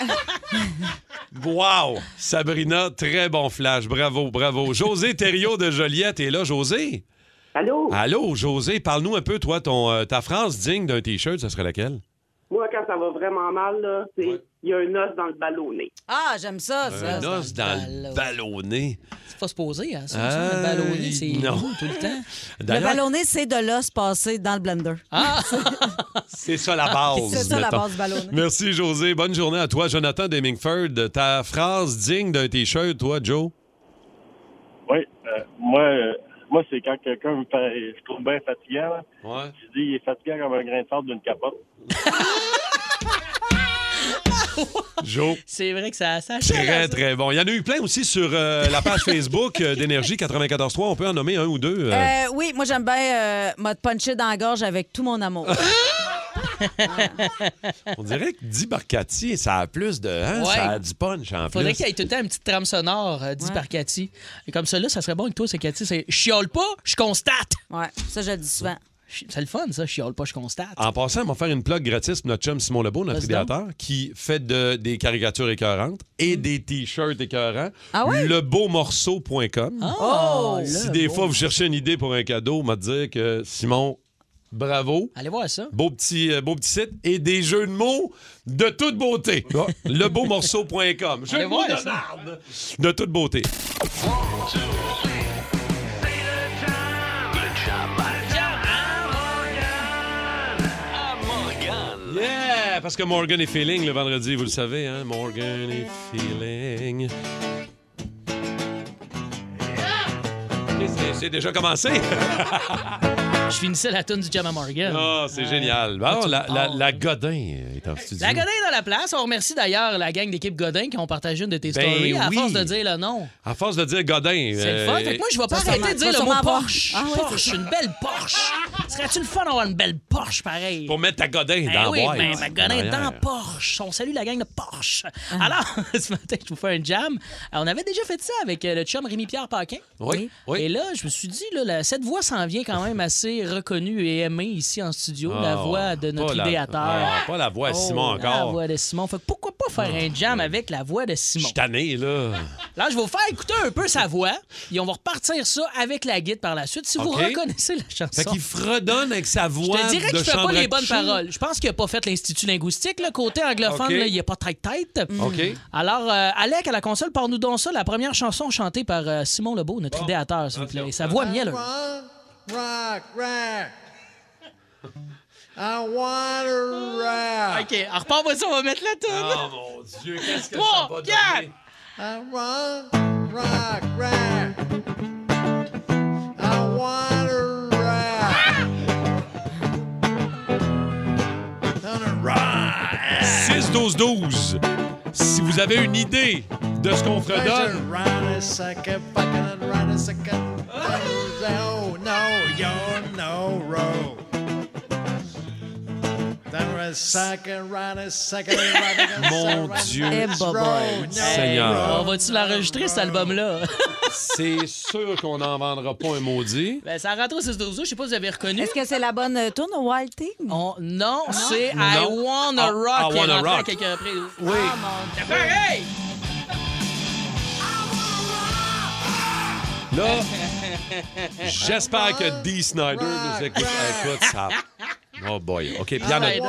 S3: Wow! Sabrina, très bon flash. Bravo, bravo. José Thériault de Joliette est là. José?
S13: Allô?
S3: Allô, José. Parle-nous un peu, toi, ton, euh, ta phrase digne d'un T-shirt, ce serait laquelle?
S13: Moi, quand ça va vraiment mal, là, c'est il y a un os dans le ballonnet.
S6: Ah, j'aime ça, ça.
S3: Un os Euh, dans le ballonnet.
S4: C'est pas supposé, hein, ça.
S3: Ah,
S4: ça, le ballonnet, c'est
S3: non.
S4: mou tout le temps.
S6: Le
S3: D'ailleurs,
S6: ballonnet, c'est de l'os passé dans le blender.
S4: Ah!
S3: c'est ça la base.
S6: Ah, C'est ça, la
S3: mettons.
S6: base du ballonnet.
S3: Merci, José. Bonne journée à toi, Jonathan Demingford. Ta phrase digne d'un T-shirt, toi, Joe?
S14: Oui, euh, moi, euh, moi c'est quand quelqu'un me fait, je trouve bien fatigant. là. Je dis, il est fatigant comme un grain de sable d'une capote.
S3: Joe?
S4: C'est vrai que ça, ça achève,
S3: Très,
S4: ça.
S3: très bon. Il y en a eu plein aussi sur euh, la page Facebook euh, d'Énergie 94.3. On peut en nommer un ou deux. euh.
S6: Euh, oui, moi j'aime bien euh, m'a punché dans la gorge avec tout mon amour. Euh.
S3: On dirait que Di Barcati, ça a plus de. hein,
S4: Ouais.
S3: Ça a du punch en
S4: Faudrait
S3: plus.
S4: qu'il y ait tout le temps une petite trame sonore euh, dit
S6: Ouais.
S4: par Cathy. Et comme ça, là, ça serait bon avec toi, c'est Cathy. C'est chiole pas, je constate.
S6: Ouais, ça, je le dis souvent.
S4: C'est le fun, ça, chiole pas, je constate.
S3: En passant, on va faire une plug gratis pour notre chum Simon Lebeau, notre
S4: Vas-y donc. Mm.
S3: idéateur, qui fait de- des caricatures écœurantes et des t-shirts écœurants.
S4: Ah ouais?
S3: Lebeaumorceau.com.
S4: Oh,
S3: si
S4: le
S3: des
S4: beau.
S3: fois vous cherchez une idée pour un cadeau, on va te dire que Simon, bravo.
S4: Allez voir ça.
S3: Beau petit, euh, beau petit site et des jeux de mots de toute beauté. Ah, Lebeaumorceau.com. Jeux
S4: Allez
S3: de mots
S4: voir
S3: de
S4: ça.
S3: merde. de toute beauté. Yeah! Parce que Morgan est feeling le vendredi, vous le savez, hein? Morgan est feeling. Et c'est- C'est déjà commencé!
S4: Je finissais la tune du Jama Morgan.
S3: Ah, c'est génial. Bon, la, la- la Godin est en studio.
S4: La Godin est dans la place. On remercie d'ailleurs la gang d'équipe Godin qui ont partagé une de tes
S3: Ben
S4: stories à
S3: oui.
S4: force de dire le nom.
S3: À force de dire Godin.
S4: C'est le fun.
S3: euh,
S4: Fait que moi, je vais pas
S3: ça
S4: arrêter
S3: s'en-
S4: de dire
S3: ça
S4: le
S3: s'en
S4: mot
S3: va.
S4: Porsche.
S3: Ah ouais,
S4: Porsche, une belle Porsche. Serait-tu le fun d'avoir une belle Porsche pareil?
S3: Pour mettre ta Godin
S4: Ben
S3: dans
S4: oui,
S3: la boîte.
S4: ben, ben, Godin
S3: Derrière. Ah.
S4: dans Porsche. On salue la gang de Porsche. Alors, ce matin, je vous fais un jam. Euh, On avait déjà fait ça avec euh, le chum Rémi-Pierre Paquin.
S3: Oui, oui.
S4: Et là, je me suis dit, là, la- cette voix s'en vient quand même assez reconnue et aimée ici en studio,
S3: Ah,
S4: la voix de notre
S3: pas la-
S4: idéateur. Oh,
S3: ah, pas la voix de Simon
S4: La
S3: encore. Hum,
S4: voix de Simon. Fait que pourquoi pas faire un jam avec la voix de
S3: Je
S4: Simon?
S3: suis tanné, là.
S4: Là, je vais vous faire écouter un peu sa voix et on va repartir ça avec la guide par la suite. Si vous
S3: OK.
S4: reconnaissez la chanson.
S3: Fait qu'il fredonne avec sa voix.
S4: Je te dirais que
S3: de
S4: je fais pas
S3: chambre à
S4: les bonnes
S3: coucher.
S4: paroles. Je pense qu'il n'a pas fait l'Institut linguistique. Le côté anglophone,
S3: OK. Mm.
S4: là, il n'y a pas de tête-tête.
S3: OK.
S4: Alors, euh, Alec, à la console, parle-nous donc ça. La première chanson chantée par euh, Simon Lebeau, notre idéateur, s'il vous plaît. Sa voix mielleuse.
S15: Rock, rock. I wanna rock.
S4: OK, on repart ça, on va mettre la toune.
S15: Ah,
S3: mon Dieu,
S15: qu'est-ce que
S4: Trois,
S15: ça va
S4: quatre.
S15: donner? I wanna rock, rock. I wanna rock. Wanna rock.
S3: 6-12-12. Si vous avez une idée de ce qu'on
S15: There's a
S3: fredonne.
S15: Rhinoceros, fucking rhinoceros. Oh, no, you're no row. There was second, rhinoceros, rhinoceros,
S3: Mon
S15: rhinoceros,
S3: Dieu.
S4: Eh,
S15: row,
S4: boboy.
S15: no
S3: Ah, Seigneur.
S4: On va-tu l'enregistrer, cet album-là?
S3: C'est sûr qu'on n'en vendra pas un maudit.
S4: ben, ça rentre au 6 12 Je sais pas si vous avez reconnu.
S6: Est-ce que c'est la bonne euh, tourne au Wild Team?
S4: non, c'est I
S3: Non.
S4: Wanna
S3: Ah,
S4: Rock.
S3: I
S4: qui est
S3: Wanna
S4: rentré à
S3: Rock.
S4: quelques reprises.
S3: Oui.
S4: Ah, mon Dieu. Pareil!
S3: Là, j'espère que Dee Snyder nous écoute. Écoute, ça. Oh boy. OK, puis
S4: Ah,
S3: il y en a-
S4: ben,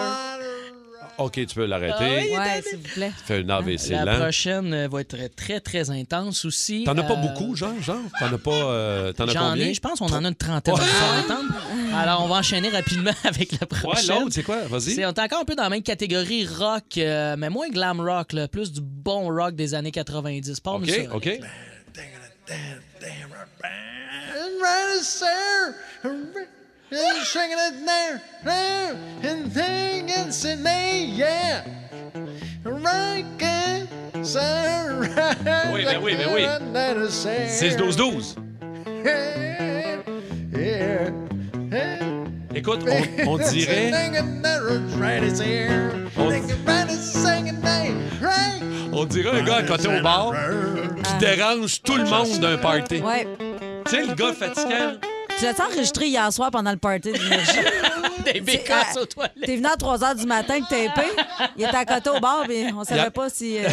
S3: OK, tu peux l'arrêter.
S4: Ouais, s'il vous plaît.
S3: Tu fais une AVC
S4: Hein, La
S3: lent.
S4: prochaine euh, va être très, très intense aussi.
S3: T'en as pas
S4: Euh,
S3: beaucoup, Jean? Jean? T'en as pas. euh, T'en as
S4: J'en
S3: combien?
S4: ai, je pense, on en a une trentaine. Ça va attendre. Alors, on va enchaîner rapidement avec la prochaine.
S3: l'autre, c'est quoi? Vas-y.
S4: C'est- On est encore un peu dans la même catégorie rock, euh, mais moins glam rock, là, plus du bon rock des années 90. Parle-nous
S3: OK,
S4: ça, Alex.
S3: OK.
S15: Right is there, and shaking it there, there, and thinking, say, nay, yeah. Right, can, sir, right,
S3: Oui, ben oui, ben oui.
S15: that is there.
S3: 6-12-12.
S15: Yeah.
S3: Écoute, on, on dirait.
S15: Right is there, right is singing, nay, right.
S3: On dirait un gars à côté au bar
S4: Ah.
S3: qui dérange tout le monde d'un party.
S6: Ouais.
S3: Tu sais, le gars fatiguant.
S6: Tu l'as enregistré hier soir pendant le party d'énergie?
S4: Des
S6: bécasses
S4: aux toilettes.
S6: T'es venu à 3 h du matin que t'es épais. Il était à côté au bar, mais on savait
S3: Yep.
S6: pas si euh,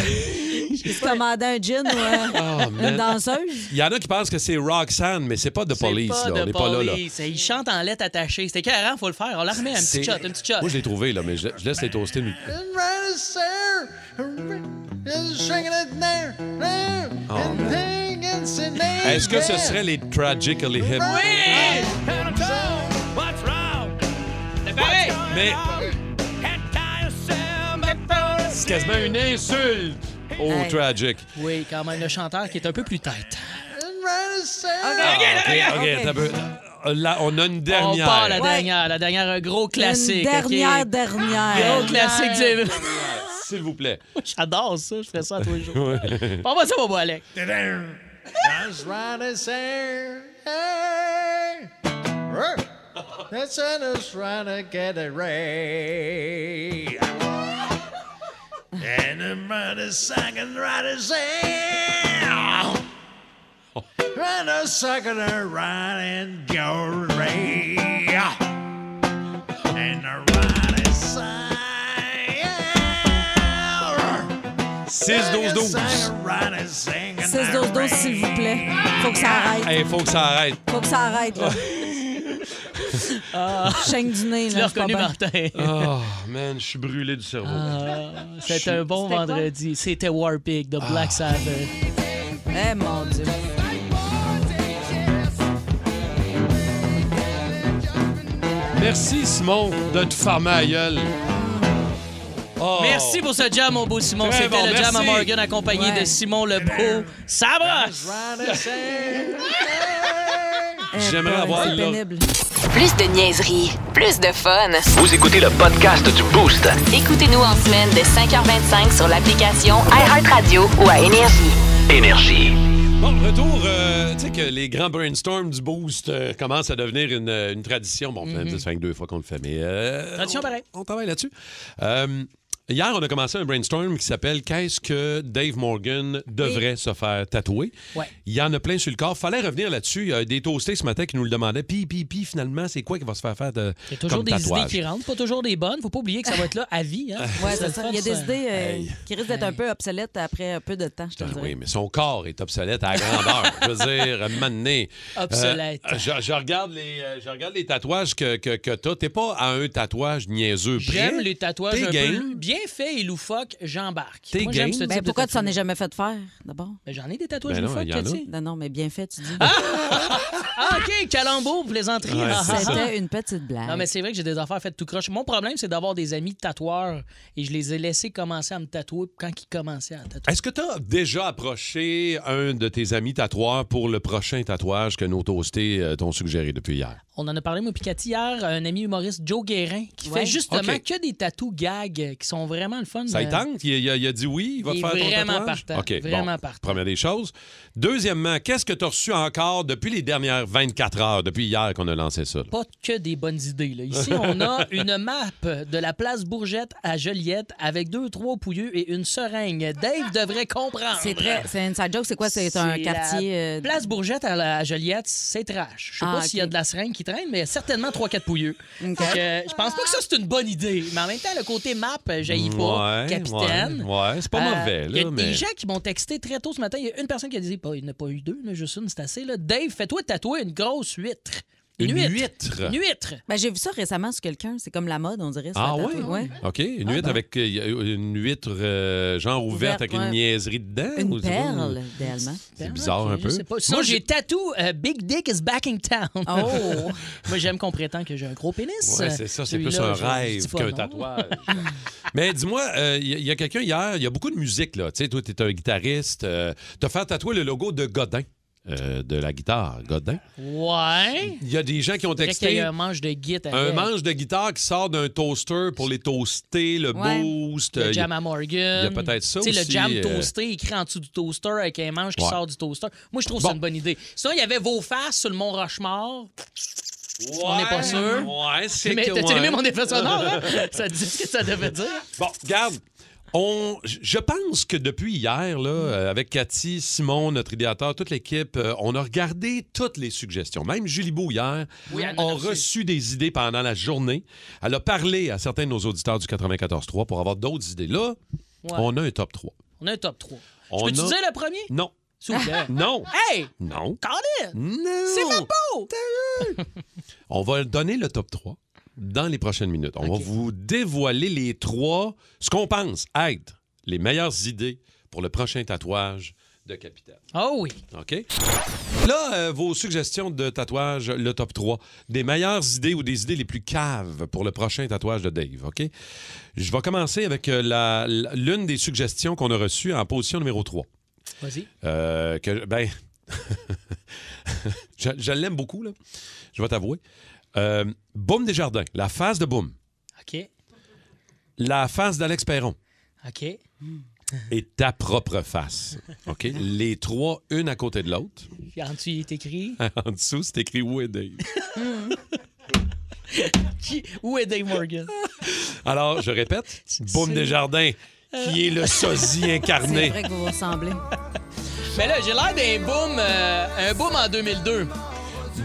S6: il se commandait un gin ou euh,
S3: Oh, man.
S6: une danseuse.
S3: Il y en a qui pensent que c'est Roxanne, mais c'est pas de police.
S4: Pas
S3: là.
S4: de
S3: on n'est pas là. là.
S4: police. Il chante en lettres attachées. C'était carrément, faut le faire. On la remet un petit
S3: C'est-
S4: shot, un petit shot.
S3: Moi, je l'ai trouvé, là, mais je, je laisse les toastés. nous-
S15: And right is there, and shaking it there, there,
S3: Oh,
S15: and
S3: man.
S15: thinking, say, nay,
S3: Est-ce que ce
S15: yeah.
S3: serait les Tragically Hip? Mais c'est quasiment une insulte au
S4: Hey.
S3: Tragic.
S4: Oui, quand même, le chanteur qui est un peu plus tête.
S15: And right is there.
S3: OK, OK, attends un peu. Euh, Là, on a une
S4: On
S3: dernière.
S4: part la dernière. La dernière, un gros classique.
S6: Une
S4: OK?
S6: dernière, dernière.
S4: Gros classique du.
S3: S'il vous plaît.
S4: J'adore ça, je fais ça à tous les jours.
S3: Ouais.
S4: On va ça, mon beau Alex.
S15: That's right is there, hey. That's right is trying to get it right. And the right is singing, right is there. And a second and right and go right. And the right is singing.
S3: 6-12-12.
S15: Right is singing.
S6: 6-12-12, s'il vous plaît. Faut que ça arrête.
S3: Il faut que ça arrête.
S6: Faut que ça arrête, là.
S4: Ah.
S6: Je Chaîne du nez, là.
S4: Tu l'as
S6: je suis pas
S4: reconnu,
S6: bien.
S4: Martin. Ah,
S3: Oh, man, je suis brûlé du cerveau.
S4: C'était un bon
S6: C'était quoi?
S4: vendredi. C'était Warpig de Black
S3: Ah.
S4: Sabbath.
S6: Eh, mon Dieu.
S3: Merci, Simon, de te farmer à gueule. Oh.
S4: Merci pour ce jam, mon beau Simon.
S3: Très
S4: C'était
S3: bon,
S4: le jam
S3: merci.
S4: à Morgan accompagné
S3: Ouais.
S4: de Simon Lebeau. Ça brosse!
S6: Eh,
S3: J'aimerais avoir
S1: c'est
S3: là-
S1: Plus de niaiserie, plus de fun.
S7: Vous écoutez le podcast du Boost.
S1: Écoutez-nous en semaine de 5h25 sur l'application iHeartRadio ou à Énergie.
S7: Énergie.
S3: Bon, retour, euh, tu sais que les grands brainstorms du boost euh, commencent à devenir une, une tradition. Bon,
S4: Mhm.
S3: ça fait deux fois qu'on le fait, mais... euh,
S4: Tradition pareil.
S3: On travaille là-dessus. Euh, hier, on a commencé un brainstorm qui s'appelle Qu'est-ce que Dave Morgan devrait se faire tatouer?
S4: Ouais.
S3: Il y en a plein sur le corps. Fallait revenir là-dessus. Il y a des toastés ce matin qui nous le demandaient. Puis, puis, puis, finalement, c'est quoi qui va se faire faire de,
S4: Il y a toujours
S3: comme
S4: des
S3: tatouage?
S4: idées qui rentrent, pas toujours des bonnes. Faut pas oublier que ça va être là à vie. Hein?
S6: Ouais,
S4: le
S6: c'est ça.
S4: fun,
S6: Il y a des
S4: ça.
S6: idées euh, qui risquent d'être un peu obsolètes après un peu de temps, je te
S3: Ah
S6: dirais. Ben,
S3: Oui, mais son corps est obsolète à la grandeur. je veux dire, mané.
S4: Obsolète.
S3: euh, je, je regarde les, euh, je regarde les tatouages que, que, que t'as. T'es pas à un tatouage niaiseux près.
S4: J'aime les tatouages
S3: T'es
S4: un
S3: game.
S4: peu bien faits et loufoques. J'embarque.
S3: T'es
S4: Moi, j'aime
S3: game.
S4: ce type
S6: Ben,
S4: de
S6: pourquoi tu t'en
S4: tatouage.
S6: es jamais fait faire, d'abord?
S4: Ben, J'en ai des tatouages
S3: Ben non,
S4: loufoques,
S3: il y en a.
S4: Cathy.
S6: Non, non, mais bien fait, tu dis.
S4: Ah, OK, calembour, plaisanterie.
S3: Ouais,
S4: Ah, ah, ah.
S6: C'était une petite blague.
S4: Non, mais c'est vrai que j'ai des affaires faites tout croche. Mon problème, c'est d'avoir des amis tatoueurs et je les ai laissés commencer à me tatouer quand ils commençaient à me tatouer.
S3: Est-ce que t'as déjà approché un de tes amis tatoueurs pour le prochain tatouage que nos toastés euh, t'ont suggéré depuis hier?
S4: On en a parlé, moi, Picati, hier, un ami humoriste, Joe Guérin, qui
S6: Ouais.
S4: fait justement
S3: OK.
S4: que des tatous gags qui sont vraiment le fun.
S3: Ça y
S4: Euh,
S3: tente? Il, il a- il a dit oui? Il va
S4: Il
S3: te
S4: est
S3: faire ton
S4: vraiment
S3: tatouage?
S4: partant,
S3: OK, bon.
S4: vraiment partant.
S3: Première des choses. Deuxièmement, qu'est-ce que tu as reçu encore depuis les dernières 24 heures, depuis hier qu'on a lancé ça? là?
S4: Pas que des bonnes idées. Là. Ici, on a une map de la place Bourgette à Joliette avec deux, trois pouilleux et une seringue. Dave devrait comprendre.
S6: C'est très. C'est une side joke, c'est quoi? C'est un
S4: la
S6: quartier. euh,
S4: Place Bourgette à, la- à Joliette, c'est trash. Je sais
S6: Ah,
S4: pas
S6: ok.
S4: s'il y a de la seringue qui traîne, mais certainement 3-4 pouilleux.
S6: Ok.
S4: Fait que, je pense pas que ça, c'est une bonne idée. Mais en même temps, le côté map, euh, j'haïs pas.
S3: Ouais,
S4: Capitaine. Euh,
S3: ouais, ouais, c'est pas mauvais,
S4: Il y a
S3: là,
S4: des
S3: mais-
S4: gens qui m'ont texté très tôt ce matin. Il y a une personne qui a dit, Bah, il n'y en a pas eu deux, là, juste une, c'est assez. Là. Dave, fais-toi tatouer une grosse huître.
S3: Une huître.
S6: Une huître. Ben, j'ai vu ça récemment sur quelqu'un. C'est comme la mode, on dirait. sur la
S3: Ah ouais?
S6: tatou- ouais?
S3: OK. Une
S6: Ah
S3: huître
S6: bon.
S3: avec euh, une huître euh, genre ouverte,
S6: Ouverte,
S3: avec
S6: ouais.
S3: une niaiserie dedans.
S6: Une
S3: ou-
S6: perle, idéalement.
S3: C'est bizarre un peu.
S4: Je sais pas. Sinon,
S3: Moi,
S4: j'ai tatou euh, Big Dick is back in town.
S6: Oh.
S4: Moi, j'aime qu'on prétend que j'ai un gros pénis.
S3: Ouais, c'est ça, c'est
S4: Celui-là,
S3: plus
S4: je-
S3: un
S4: je dis
S3: rêve
S4: pas
S3: qu'un
S4: non.
S3: tatouage. Mais dis-moi, euh, il y a- y a, quelqu'un hier, il y a beaucoup de musique, là. Tu sais, toi, t'es un guitariste. euh, T'as fait tatouer le logo de Godin, euh, de la guitare, Godin.
S4: Ouais.
S3: Il y a des gens qui ont
S4: Je dirais qu'il y
S3: texté
S4: a un manche de guide
S3: un manche de guitare qui sort d'un toaster pour les toaster, le
S4: Ouais.
S3: boost. euh,
S4: Le
S3: y-
S4: jam à Morgan.
S3: il y a peut-être ça
S4: Tu sais, le
S3: aussi,
S4: jam
S3: euh,
S4: toasté écrit en dessous du toaster avec un manche qui
S3: Ouais.
S4: sort du toaster. Moi, je trouve que c'est une bonne idée. Sinon, il y avait vos faces sur le Mont Rochemort. On n'est pas sûr.
S3: Ouais, c'est
S4: Mais
S3: que-
S4: t'as-tu
S3: ouais.
S4: aimé mon effet sonore? hein? ça dit ce que ça devait dire.
S3: Bon, regarde. On, je- je pense que depuis hier, là, euh, avec Cathy, Simon, notre idéateur, toute l'équipe, euh, on a regardé toutes les suggestions. Même Julie Beau, hier,
S4: Oui, elle en a
S3: a
S4: reçu.
S3: reçu des idées pendant la journée. Elle a parlé à certains de nos auditeurs du 94.3 pour avoir d'autres idées. Là,
S4: Ouais.
S3: on a un top 3.
S4: On a un top 3.
S3: On
S4: je peux-tu
S3: a-
S4: dire Ah! le premier?
S3: Non.
S4: S'il vous plaît.
S3: Non.
S4: Hey!
S3: Non.
S4: Colin!
S3: Non!
S4: C'est pas beau!
S3: On va donner le top 3 dans les prochaines minutes. On va vous dévoiler les trois, ce qu'on pense être les meilleures idées pour le prochain tatouage de Capital.
S4: Oh oui.
S3: OK? Là, euh, vos suggestions de tatouage, le top 3, des meilleures idées ou des idées les plus caves pour le prochain tatouage de Dave, OK? Je vais commencer avec euh, la- la- l'une des suggestions qu'on a reçues en position numéro 3.
S4: Vas-y.
S3: Euh, que, ben, je, je l'aime beaucoup, là. Je vais t'avouer. Euh, Boum des Jardins, la face de Boum,
S4: OK.
S3: la face d'Alex Perron
S4: OK.
S3: et ta propre face. OK? Les trois, une à côté de l'autre.
S4: Puis en dessous, il est écrit.
S3: En dessous, c'est écrit Où est Dave?
S4: Qui- Où est Dave Morgan?
S3: Alors, je répète, Boum des Jardins, qui est le sosie
S6: C'est
S3: incarné.
S6: vrai que vous vous ressemblez.
S4: Mais là, j'ai l'air d'un boom, euh, un boom en 2002.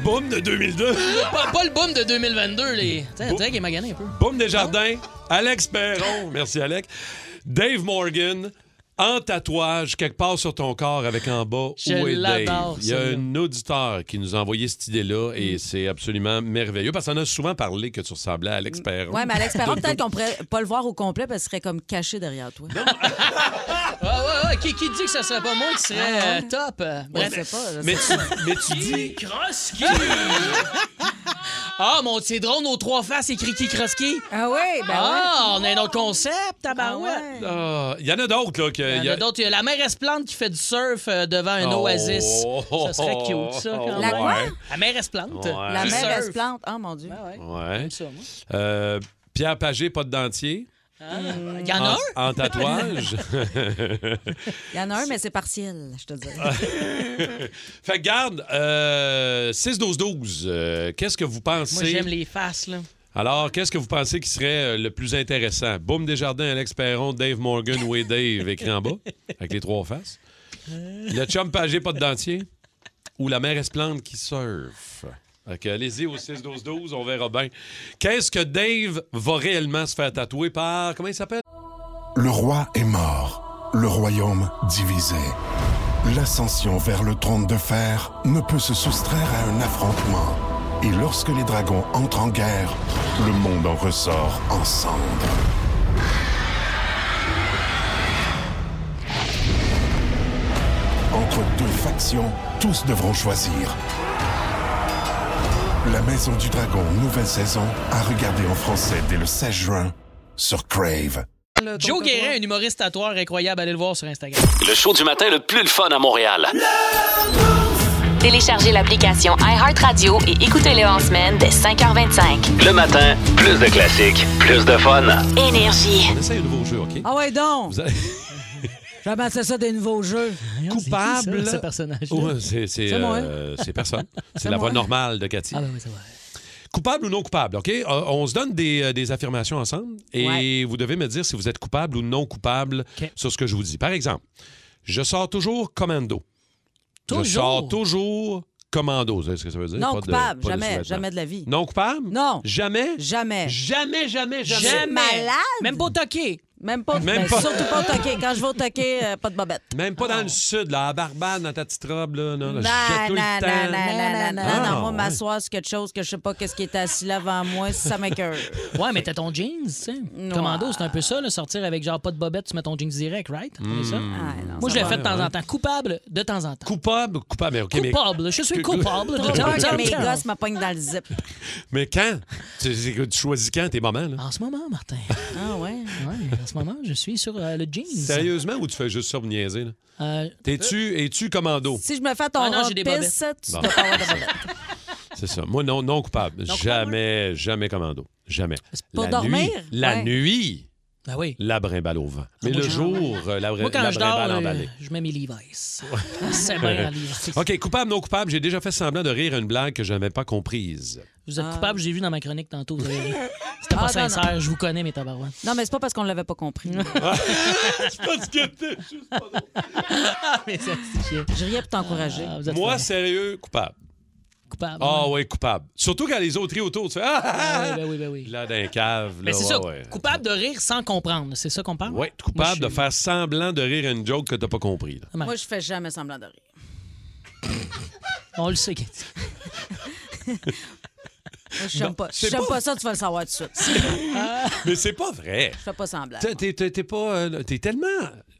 S3: Boum de 2002.
S4: Pas, pas le boom de 2022, les. Tiens, Drake est magané un peu.
S3: Boum des Jardins, Alex Perron, merci Alex. Dave Morgan, en tatouage, quelque part sur ton corps avec en bas
S4: Je
S3: Où est Dave?
S4: l'adore, Mm.
S3: Il y a
S4: celle-là.
S3: un auditeur qui nous a envoyé cette idée-là et c'est absolument merveilleux parce qu'on a souvent parlé que tu ressemblais à
S4: Mm.
S3: Alex Perron.
S6: Ouais, mais Alex Perron, peut-être qu'on pourrait pas le voir au complet parce qu'il serait comme caché derrière toi.
S4: Ouais, Ah, ouais, ouais. Qui, qui dit que ça serait pas moi qui serait euh, top? euh, bref.
S6: Je sais pas, je
S3: Mais tu, mais tu dis.
S4: Kroski! ah, mon c'est drôle, nos trois faces écrit qui Kroski?
S6: Ah ouais, ben
S4: Ah, on a un autre concept, tabarouette.
S3: Ah, Il y en a d'autres, là. que-
S4: Il y en a d'autres. Il y a la mairesse Plante qui fait du surf euh, devant un
S3: Oh.
S4: oasis. Ça serait cute, ça. Quand
S3: La
S4: même.
S3: quoi?
S4: La mairesse Plante.
S3: Ouais.
S6: La
S4: Du
S6: mère, elle se
S4: surf.
S6: plante. Ah, mon Dieu.
S3: Ouais.
S4: ça, moi.
S3: Euh, Pierre Pagé, pas de dentier.
S6: Il
S4: y en a
S3: En- En tatouage.
S6: Il y en a un, mais c'est partiel, je te dis.
S3: Ah. fait que garde, euh, 6-12-12, euh, qu'est-ce que vous pensez?
S4: Moi, j'aime les faces, là.
S3: Alors, qu'est-ce que vous pensez qui serait euh, le plus intéressant? Boum Desjardins, Alex Perron, Dave Morgan, ou Dave, écrit en bas, avec les trois faces. Le chum pagé, pas de dentier. Ou la mère esplande qui surfe. Fait que allez-y au 6-12-12, on verra bien. Qu'est-ce que Dave va réellement se faire tatouer par... Comment il s'appelle?
S16: Le roi est mort, le royaume divisé. L'ascension vers le trône de fer ne peut se soustraire à un affrontement. Et lorsque les dragons entrent en guerre, le monde en ressort ensemble. Entre deux factions, tous devront choisir. La Maison du Dragon, nouvelle saison, à regarder en français dès le 16 juin sur Crave.
S4: Joe Guérin, un humoriste tatoueur incroyable, allez le voir sur Instagram.
S17: Le show du matin le plus le fun à Montréal.
S1: Téléchargez l'application iHeartRadio et écoutez-le en semaine dès 5h25.
S17: Le matin, plus de classiques, plus de fun.
S1: Énergie.
S3: On essaie un nouveau jeu, OK?
S6: Ah ouais, donc!
S3: Vous allez-
S6: J'aime ça, ça des nouveaux jeux.
S3: Coupable.
S4: ce personnage-là?
S3: Ouais, c'est, c'est,
S6: C'est moi.
S3: euh, c'est personne. C'est
S6: C'est
S3: la
S6: moi.
S3: voix normale de Cathy.
S4: Ah, ben oui, c'est vrai.
S3: Coupable ou non coupable, OK? Euh, On se donne des, euh, des affirmations ensemble et vous devez me dire si vous êtes coupable ou non coupable sur ce que je vous dis. Par exemple, je sors toujours commando. Je
S6: Toujours?
S3: sors toujours commando. Vous savez ce que ça veut dire?
S6: Non,
S3: Pas de-
S6: coupable.
S3: pas de
S6: jamais,
S3: sous-vêtements.
S6: jamais de la vie.
S3: Non coupable?
S6: Non.
S3: Jamais?
S6: Jamais.
S3: Jamais, jamais, jamais.
S6: Je suis malade.
S4: Même pas toqué.
S6: Même pas.
S3: Même
S6: ben,
S3: pas.
S6: Surtout pas au toqué. Quand je vais au toqué, euh, pas de bobette.
S3: Même pas dans le sud, là, à Barbade, dans ta petite robe, là. Non, là,
S6: Non,
S3: Ah, je jette
S6: non,
S3: tout le
S6: non,
S3: temps.
S6: non, non, non,
S3: Ah,
S6: non, non, moi,
S3: ouais.
S6: m'asseoir sur quelque chose que je sais pas qu'est-ce qui est assis là avant moi, ça m'écoeure.
S4: Ouais, mais t'as ton jeans, tu sais. Commando, c'est un peu ça, là, sortir avec genre pas de bobette, tu mets ton jeans direct, right?
S3: Hmm.
S4: C'est ça?
S6: Ah,
S4: Moi, je l'ai
S3: Ouais,
S4: fait de temps
S3: ouais.
S4: en temps. Coupable, de temps en temps.
S3: Coupable, coupable, mais OK, mais-
S4: Coupable, je suis coupable.
S6: Trop peur que mes gosses m'appognent dans le zip.
S3: Mais quand? Tu, c'est que tu choisis quand tes moments, là?
S4: En ce moment, Martin.
S6: Ah ouais?
S4: Ouais, en ce moment, je suis sur euh, le jeans.
S3: Sérieusement, ou tu fais juste ça pour niaiser, là?
S4: Euh,
S3: T'es-tu, es-tu commando?
S6: Si je me fais ton
S4: Ah non,
S6: robe
S4: j'ai des
S6: pisse, tu
S3: Bon.
S6: dois pas avoir de bobette.
S3: C'est ça. Moi, non, non coupable. jamais, jamais commando. Jamais.
S6: pour
S3: la
S6: dormir?
S3: Nuit, La
S6: Ouais.
S3: nuit.
S4: Ah oui.
S3: La brimballe au vent. Mais
S4: Ah, moi,
S3: le
S4: je-
S3: jour, euh, la,
S4: Moi,
S3: vraie
S4: quand
S3: la
S4: je dors,
S3: brimballe
S4: euh,
S3: emballée.
S4: je mets mes Levi's. Ah, C'est bien, Levi's.
S3: OK, coupable, non coupable, j'ai déjà fait semblant de rire à une blague que je n'avais pas comprise.
S4: Vous êtes
S6: Ah.
S4: coupable, j'ai vu dans ma chronique tantôt. vous avez- C'était
S6: Ah,
S4: pas
S6: non,
S4: sincère,
S6: non.
S4: je vous connais, mes tabarouins.
S6: Non, mais c'est pas parce qu'on l'avait pas compris.
S3: C'est parce que t'es juste pas
S6: Je riais pour t'encourager.
S3: Moi, sérieux, coupable.
S4: Ah, Coupable.
S3: Ah oui, coupable. Surtout quand les autres rient autour, tu fais Ah, ah, ah!
S4: ben oui, ben oui.
S3: Là, d'un cave.
S4: Mais
S3: là,
S4: c'est
S3: ouais,
S4: ça,
S3: ouais.
S4: coupable de rire sans comprendre, c'est ça qu'on parle?
S3: Ouais, coupable de faire semblant de rire à une joke que t'as pas compris. là.
S6: Moi, je fais jamais semblant de rire.
S4: On le sait.
S6: Moi, je n'aime
S3: Non,
S6: pas.
S3: c'est
S6: J'aime
S3: pas-
S6: pas ça, tu vas le savoir tout de suite.
S3: Mais c'est pas vrai.
S6: Je fais pas semblant.
S3: T'es- T'es t'es- t'es pas. euh, T'es tellement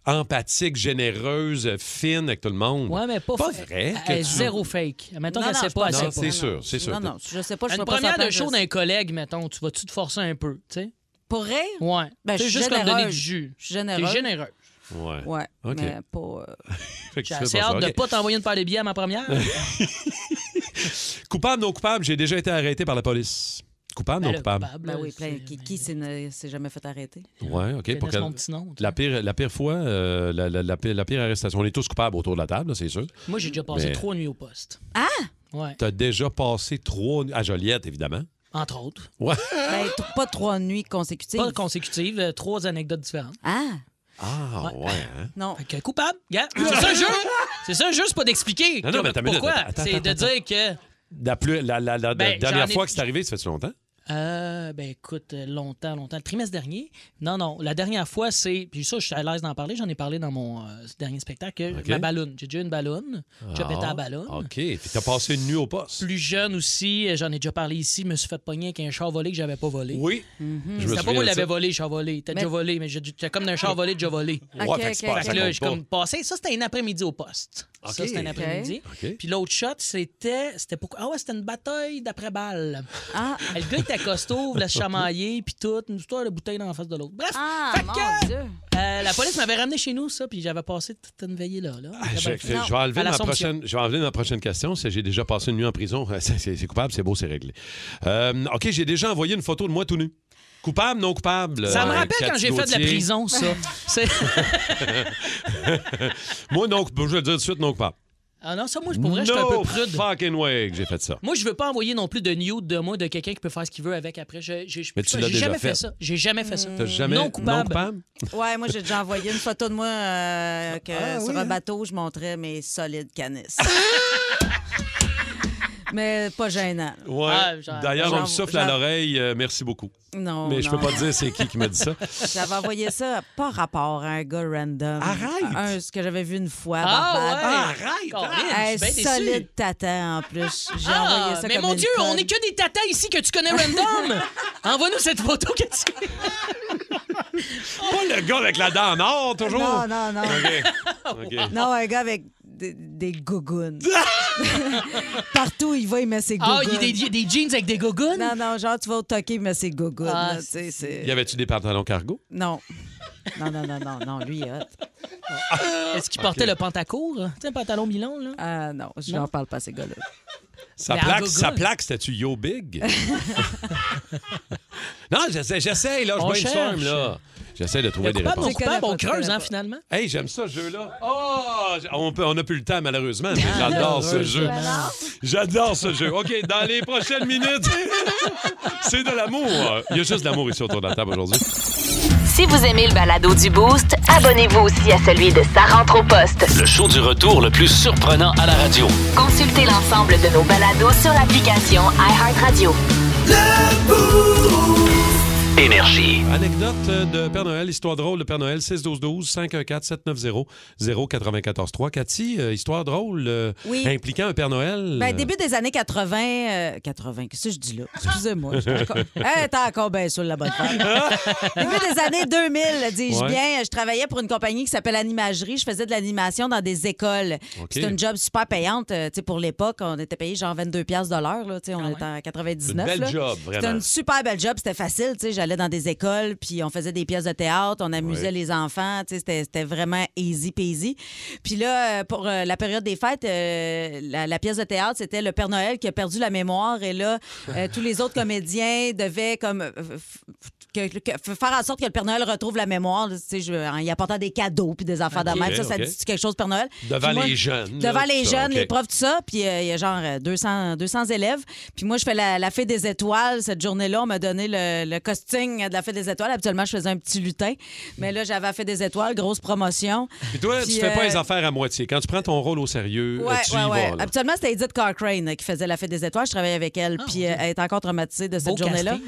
S3: empathique, généreuse, fine avec tout le monde.
S4: Ouais, mais pas,
S3: Pas
S4: fa-
S3: vrai.
S4: euh,
S3: que tu-
S4: Zéro fake. Mettons
S6: Non,
S4: qu'elle
S6: non,
S4: sait
S6: je
S4: pas,
S6: pense
S4: elle
S3: Non,
S4: sait pas.
S3: c'est sûr, c'est sûr.
S6: Non, non, je sais pas. Je
S4: Une
S6: fais pas
S4: première
S6: semblant
S4: de show
S6: je-
S4: d'un collègue, mettons, tu vas-tu te forcer un peu, tu sais?
S6: Pour rire?
S4: Ouais.
S6: Ben, je
S4: c'est
S6: suis
S4: juste comme donner du
S6: généreuse.
S4: jus.
S6: Je suis généreuse.
S4: T'es généreux.
S3: Ouais.
S6: Ouais,
S3: OK.
S6: mais pas... euh,
S3: Fait que
S4: J'ai
S3: tu fais
S4: assez
S3: pas ça.
S4: hâte de
S3: OK.
S4: pas t'envoyer une paire de billets à ma première.
S3: Coupable, non coupable, j'ai déjà été arrêté par la police. Coupable, non coupable.
S6: Ben oui, plein. Qui, qui s'est ne- s'est jamais fait arrêter?
S3: Ouais, OK.
S4: connaissent mon petit nom,
S3: la, pire, la pire fois, euh, la, la- la pire, la pire arrestation. On est tous coupables autour de la table, là, c'est sûr.
S4: Moi, j'ai déjà passé
S3: Mais
S4: trois nuits au poste.
S6: Ah!
S4: Ouais.
S3: T'as déjà passé trois. À Joliette, évidemment.
S4: Entre autres.
S3: Ouais.
S6: Ben, t- pas trois nuits consécutives.
S4: Pas consécutives, euh, trois anecdotes différentes.
S6: Ah!
S3: Ah, ouais, hein?
S6: Non.
S4: Fait que coupable, gars. C'est ça le jeu. C'est ça le jeu, c'est pas d'expliquer.
S3: Non, non, mais attends une minute,
S4: Pourquoi?
S3: attends, attends,
S4: C'est de
S3: attends,
S4: dire que.
S3: La, plus- la- la- la- la
S4: Ben,
S3: dernière
S4: j'en ai-
S3: fois que c'est arrivé, ça fait longtemps?
S4: Euh, ben écoute, euh, longtemps, longtemps. Le trimestre dernier, non, non, la dernière fois, c'est. Puis ça, je suis à l'aise d'en parler, j'en ai parlé dans mon euh, dernier spectacle. que
S3: OK.
S4: Ma balloune. J'ai déjà eu une balloune. J'ai pété la
S3: Ah,
S4: balloune.
S3: OK. Puis t'as passé une nuit au poste.
S4: Plus jeune aussi, euh, j'en ai déjà parlé ici, me suis fait pogner avec un char volé que j'avais pas volé.
S3: Oui. Je me
S4: C'était pas
S3: souviens
S4: moi
S3: de
S4: l'avais
S3: ça.
S4: volé, le char volé. T'as
S6: Mais-
S4: déjà volé, mais j'ai dit, t'as comme d'un char volé, déjà volé.
S3: Ouais, Ok, fait que c'est ok, pas- ok.
S4: Fait que là,
S3: ça
S4: j'ai
S3: compte
S4: comme passé. Ça, c'était un après-midi au poste. Ça,
S3: Ok.
S4: c'était un après-midi.
S3: OK.
S4: Puis l'autre shot, c'était. C'était pour... Ah ouais, c'était une bataille d'après-balle.
S6: Ah!
S4: Le gars était costaud, voulait se chamailler, puis tout. Une histoire de bouteille dans la face de l'autre. Bref,
S6: Ah,
S4: Fait
S6: mon
S4: que-
S6: Dieu!
S4: euh, la police m'avait ramené chez nous, ça, puis j'avais passé toute une veillée là. là.
S3: Ah, Je,
S4: J'avais-
S3: je- je vais enlever
S4: ben, À
S3: ma
S4: l'Assomption.
S3: prochaine, je vais enlever ma prochaine question. C'est j'ai déjà passé une nuit en prison. C'est- C'est c'est coupable, c'est beau, c'est réglé. Euh, OK, j'ai déjà envoyé une photo de moi tout nu. Coupable, non coupable.
S4: Ça me
S3: euh,
S4: rappelle quand
S3: Cathy
S4: j'ai fait de la
S3: Gauthier.
S4: prison, ça. C'est-
S3: moi, non, je vais le dire tout de suite, non coupable.
S4: Ah non, ça, moi, je pourrais, je suis un peu
S3: No
S4: prude.
S3: fucking way que j'ai fait ça.
S4: Moi, je veux pas envoyer non plus de nude de moi de quelqu'un qui peut faire ce qu'il veut avec après. Je, je- je-
S3: Mais tu
S4: ça,
S3: l'as
S4: j'ai
S3: déjà
S4: jamais fait.
S3: fait.
S4: ça. J'ai jamais fait ça.
S3: T'as jamais
S4: Non coupable.
S3: non coupable?
S6: Ouais, moi, j'ai déjà envoyé une photo de moi euh, que
S3: Ah,
S6: sur
S3: oui,
S6: un
S3: hein?
S6: bateau, je montrais mes solides canisses. mais pas gênant.
S3: Ouais.
S6: Ah, j'en-
S3: D'ailleurs, on
S6: j'en-
S3: me souffle à
S6: j'en-
S3: l'oreille. euh, merci beaucoup.
S4: Oh
S6: Non,
S3: Mais je
S6: non.
S3: peux pas te dire c'est qui qui m'a dit ça.
S6: J'avais envoyé ça par rapport à un gars random.
S3: Arrête!
S6: Un, ce que j'avais vu une fois. à Barbade.
S4: Ah, ouais.
S6: Un
S4: arrête!
S6: solide tata en plus. J'ai envoyé
S4: Ah,
S6: ça
S4: mais
S6: comme
S4: mon
S6: une
S4: Dieu, on
S6: conne.
S4: est que des tatas ici que tu connais random! Envoie-nous cette photo que tu.
S3: Pas le gars avec la dent en or, toujours.
S6: Non, non, non.
S3: OK. OK.
S6: Non, un gars avec des, des gougounes. Partout où il va, il met ses gougounes.
S4: Ah, il y a des, des- des jeans avec des gogoons?
S6: Non, non, genre, tu vas au toquer, il met ses gougounes.
S4: Ah,
S6: là, tu sais, c'est-
S3: Y avait-tu des pantalons cargo?
S6: Non. Non, non, non, non, non, lui, il est hot.
S4: Est-ce qu'il portait le pantacourt? hein? Tu sais, un pantalon Milan, là?
S6: Ah non, je n'en parle pas à ces gars-là.
S3: Sa
S4: Mais en
S3: plaque,
S4: gogo.
S3: sa plaque, c'était-tu Yo Big? non, j'essaie, j'essaie, là, je
S4: On
S3: brainstorm,
S4: cherche.
S3: là. J'essaie de trouver
S4: Le
S3: des
S4: coupable,
S3: réponses.
S4: non coupable, on
S6: Je connais
S4: creuse,
S6: pas,
S4: hein,
S6: je
S4: finalement?
S3: Hey, j'aime ça, ce jeu-là. Oh, j- on peut- on n'a plus le temps, malheureusement, mais j'adore ce jeu.
S4: Malheureusement.
S3: J'adore ce jeu. OK, dans les prochaines minutes, c'est de l'amour. Il y a juste de l'amour ici autour de la table aujourd'hui.
S1: Si vous aimez le balado du Boost, abonnez-vous aussi à celui de Sa rentre au poste.
S17: Le show du retour le plus surprenant à la radio.
S1: Consultez l'ensemble de nos balados sur l'application iHeartRadio.
S17: Énergie.
S3: Anecdote euh, de Père Noël, histoire drôle de Père Noël, 612-12-514-790-0943. Cathy, euh, histoire drôle euh,
S6: Oui.
S3: impliquant un Père Noël.
S6: Ben,
S3: euh,
S6: début des années 80, euh, 80, qu'est-ce que je dis là? Excusez-moi. j'étais encore- Hey, T'es encore bien sur la bonne femme. début des années 2000, dis-je
S18: Ouais.
S6: bien, je travaillais pour une compagnie qui s'appelle Animagerie. Je faisais de l'animation dans des écoles.
S18: OK.
S6: C'était une job super payante. euh, tu sais, pour l'époque, on était payé genre 22 piastres de l'heure. là, tu sais, On était en 99.
S18: C'est une belle
S6: là.
S18: job, vraiment.
S6: C'était Ah une super belle job. C'était facile. tu sais, J'allais dans des écoles, puis on faisait des pièces de théâtre, on amusait
S18: Ouais.
S6: les enfants. tu sais, C'était c'était vraiment easy peasy. Puis là, euh, pour euh, la période des fêtes, euh, la, la pièce de théâtre, c'était le Père Noël qui a perdu la mémoire. Et là, euh, tous les autres comédiens devaient comme euh, f- que- que- f- faire en sorte que le Père Noël retrouve la mémoire, tu sais, je- en y apportant des cadeaux puis des affaires
S3: Ah, Ok,
S6: de même. Ça, ça
S3: ok.
S6: dit quelque chose, Père Noël?
S3: Devant
S6: Puis moi,
S3: les jeunes, là,
S6: Devant
S3: tout
S6: les
S3: ça,
S6: jeunes,
S3: ok.
S6: les profs, tout ça. Puis euh, il y a genre euh, 200, 200 élèves. Puis moi, je fais la, la fée des étoiles. Cette journée-là, on m'a donné le, le costume de la fée des étoiles. Habituellement, je faisais un petit lutin. Mais là, j'avais la fée des étoiles, grosse promotion.
S3: Puis toi,
S6: Puis,
S3: tu fais pas
S6: euh,
S3: les affaires à moitié. Quand tu prends ton rôle au sérieux,
S6: Ouais,
S3: euh, tu
S6: ouais,
S3: y
S6: ouais.
S3: vas. là.
S6: Habituellement, c'était Edith Cochrane euh, qui faisait la fête des étoiles. Je travaillais avec elle,
S3: Ah,
S6: puis euh, elle est encore traumatisée de cette
S18: Beau
S6: journée-là.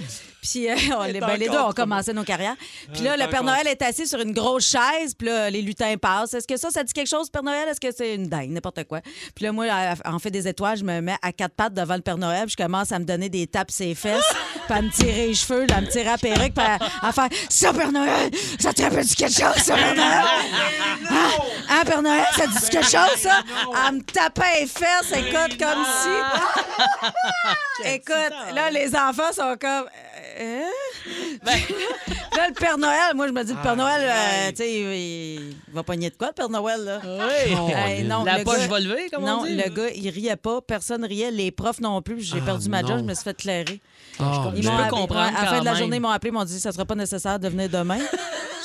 S6: Puis euh, on-
S18: Elle est
S6: ben, les deux
S18: encore
S6: ont commencé nos carrières. Puis
S18: Elle
S6: là,
S18: est
S6: le Père
S18: encore-
S6: Noël est assis sur une grosse chaise, puis là, les lutins passent. Est-ce que ça, ça dit quelque chose, Père Noël? Est-ce que c'est une dingue, n'importe quoi? Puis là, moi, à- en fait des étoiles, je me mets à quatre pattes devant le Père Noël, puis je commence à me donner des tapes ses fesses, puis à me tirer les cheveux, là, à me tirer à la perruque, puis à, à faire Ça, Père Noël, ça te rappelle quelque chose, ça, Père Noël? Hein? Hein, Père Noël, ça te dit quelque chose, ça? Elle me tapait les fesses, écoute, comme si. écoute,
S4: hein?
S6: là, les enfants sont comme. Euh, hein?
S4: Ben.
S6: là, le Père Noël, moi, je me dis, le Père Noël, euh, tu sais, il, il va pogner de quoi, le Père Noël, là?
S4: Oui.
S6: Hey, non,
S4: La
S6: le
S4: poche
S6: gars-
S4: va lever, Oh, comme on
S6: non,
S4: dit.
S6: le gars, il riait pas, personne riait, les profs non plus, puis j'ai
S4: Ah,
S6: perdu ma job,
S4: non.
S6: je me suis fait clairer.
S4: Ah,
S6: Ils
S4: je
S6: m'ont
S4: peux
S6: appelé-
S4: comprendre
S6: ouais, À la
S4: quand
S6: fin de la
S4: même.
S6: journée, ils m'ont appelé, ils m'ont dit ça sera pas nécessaire de venir demain. Je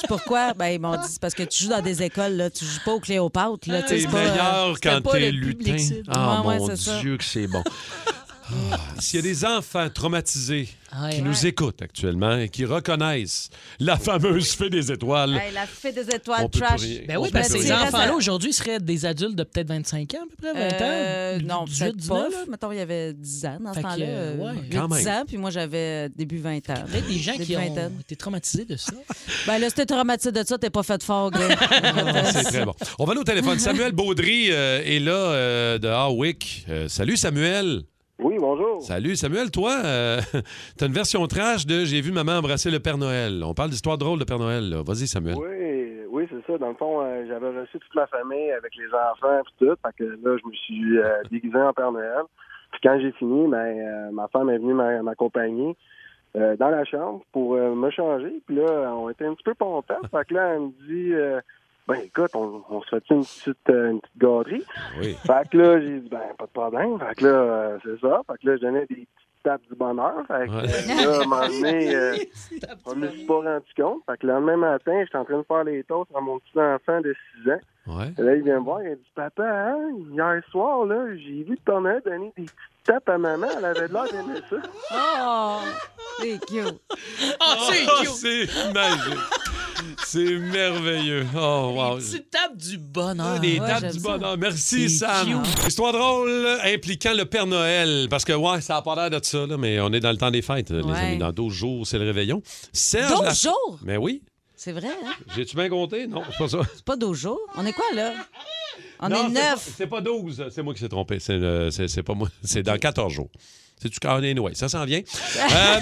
S6: dis, pourquoi? Ben, ils m'ont dit c'est parce que tu joues dans des écoles, là, tu joues pas au Cléopâtre. Là, tu
S4: Ah,
S6: sais,
S3: T'es
S6: c'est pas, euh,
S3: meilleur
S6: c'était
S3: quand
S6: pas
S3: t'es
S6: le public
S3: lutin.
S6: cible.
S3: Ah,
S6: Ouais, ouais,
S3: mon
S6: c'est ça.
S3: Dieu, que c'est bon. Ah, S'il y a des enfants traumatisés
S4: Ah,
S3: qui nous écoutent actuellement et qui reconnaissent la fameuse fée des étoiles,
S6: Hey, la fée des étoiles
S3: On peut
S6: trash.
S3: plus rien.
S4: Ben
S3: On
S4: oui,
S3: peut
S4: parce que
S3: plus
S4: ces
S3: rien.
S4: enfants-là, aujourd'hui, seraient des adultes de peut-être 25 ans, à peu près, 20
S6: Euh,
S4: ans.
S6: non,
S4: 18,
S6: peut-être pas.
S4: 19.
S6: là. Mettons, il y avait 10 ans dans ce
S4: Fait que,
S6: temps-là.
S4: euh, ouais.
S6: Huit,
S4: Quand
S6: 10
S4: même.
S6: ans, puis moi, j'avais euh, début 20 ans.
S4: Peut-être des gens
S6: Début
S4: qui ont
S6: vingtaine.
S4: été traumatisés de ça.
S6: Ben là, si t'es traumatisé de ça, t'es pas fait fort, gars.
S3: Ah, c'est très bon. On va aller au téléphone. Samuel Baudry euh, est là euh, de Hawick. Euh, salut Samuel.
S19: Oui, bonjour.
S3: Salut Samuel, toi, euh, t'as une version trash de J'ai vu maman embrasser le Père Noël. On parle d'histoire drôle de Père Noël. là. Vas-y Samuel.
S19: Oui, oui, c'est ça. Dans le fond, euh, j'avais reçu toute ma famille avec les enfants et tout. Fait que là, je me suis euh, déguisé en Père Noël. Puis quand j'ai fini, ben, euh, ma femme est venue m'a- m'accompagner euh, dans la chambre pour euh, me changer. Puis là, on était un petit peu pontants. Fait que là, elle me dit euh, Ben écoute, on, on se fait une petite, euh, une petite gâterie?
S3: Oui.
S19: Fait que là, j'ai dit Ben, pas de problème. Fait que là, euh, c'est ça. Fait que là, je donnais des petites tapes du bonheur. Fait que euh, là, à un moment donné, euh, on ne suis pas rendu compte. Fait que le lendemain matin, j'étais en train de faire les toasts à mon petit enfant de 6 ans.
S3: Ouais.
S19: Et là, il vient me voir, il dit Papa, hein, hier soir, là, j'ai vu ton mère donner des petites tapes à maman, elle avait de l'air d'aimer ça.
S6: Oh, c'est cute.
S4: Oh, c'est
S3: Ah,
S4: cute.
S3: c'est magique. C'est merveilleux. Oh, wow.
S4: Tu tapes du bonheur.
S3: Des tapes du bonheur. Merci, Sam. Histoire drôle impliquant le Père Noël. Parce que, ouais, ça n'a pas l'air de ça, là, mais on est dans le temps des fêtes, les
S6: Ouais.
S3: amis. Dans 12 jours, c'est le réveillon.
S6: 12 jours?
S3: Mais oui.
S6: C'est vrai, hein?
S3: J'ai-tu bien compté? Non, c'est pas ça.
S6: C'est pas 12 jours. On est quoi, là? On
S3: Non,
S6: est
S3: c'est
S6: 9.
S3: pas- C'est pas 12. C'est moi qui s'est trompé. C'est le- C'est c'est pas moi. C'est dans 14 jours. C'est du ah, anyway, ça s'en vient. Euh,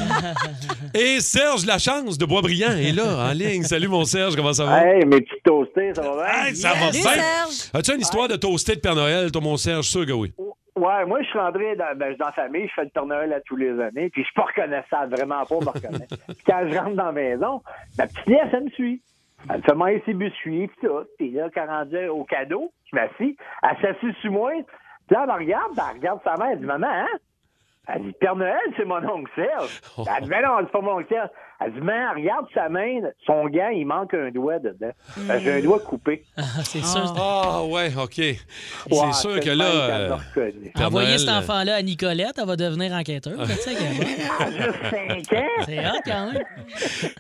S3: et Serge Lachance de Boisbriand est là, en ligne. Salut, mon Serge, comment ça va?
S20: Hey, mes petits toastés, ça va bien?
S3: Hey, ça va
S20: Salut,
S3: bien.
S20: Serge.
S3: As-tu une histoire de toasté de Père Noël, toi, mon Serge? Sûr que oui.
S20: Ouais, moi, je suis rentré dans, ben, je suis dans la famille, je fais le Père Noël à tous les années, puis je suis pas reconnaissable, vraiment pas, je me reconnais. Puis quand je rentre dans la maison, ma petite nièce, elle me suit. Elle me fait manger ses biscuits, puis tout. Puis là, quand rendu au cadeau, je m'assis, elle s'assied sur moi, puis là, elle me regarde, puis elle regarde sa mère, elle dit, maman, hein? Elle dit, Père Noël, c'est mon oncle Serge. Elle dit, ben non, c'est pas mon oncle Serge. Elle dit, mais regarde sa main, son gant, il manque un doigt dedans. Fait que J'ai un doigt coupé.
S4: c'est
S3: sûr. Ah, ouais, OK. c'est sûr que
S20: c'est
S3: là.
S20: le même qu'elle
S3: euh,
S20: m'a
S3: Père
S4: Envoyez
S3: Noël, euh,
S4: cet enfant-là à Nicolette, elle va devenir enquêteur. Tu sais, qu'elle va. C'est hot quand même.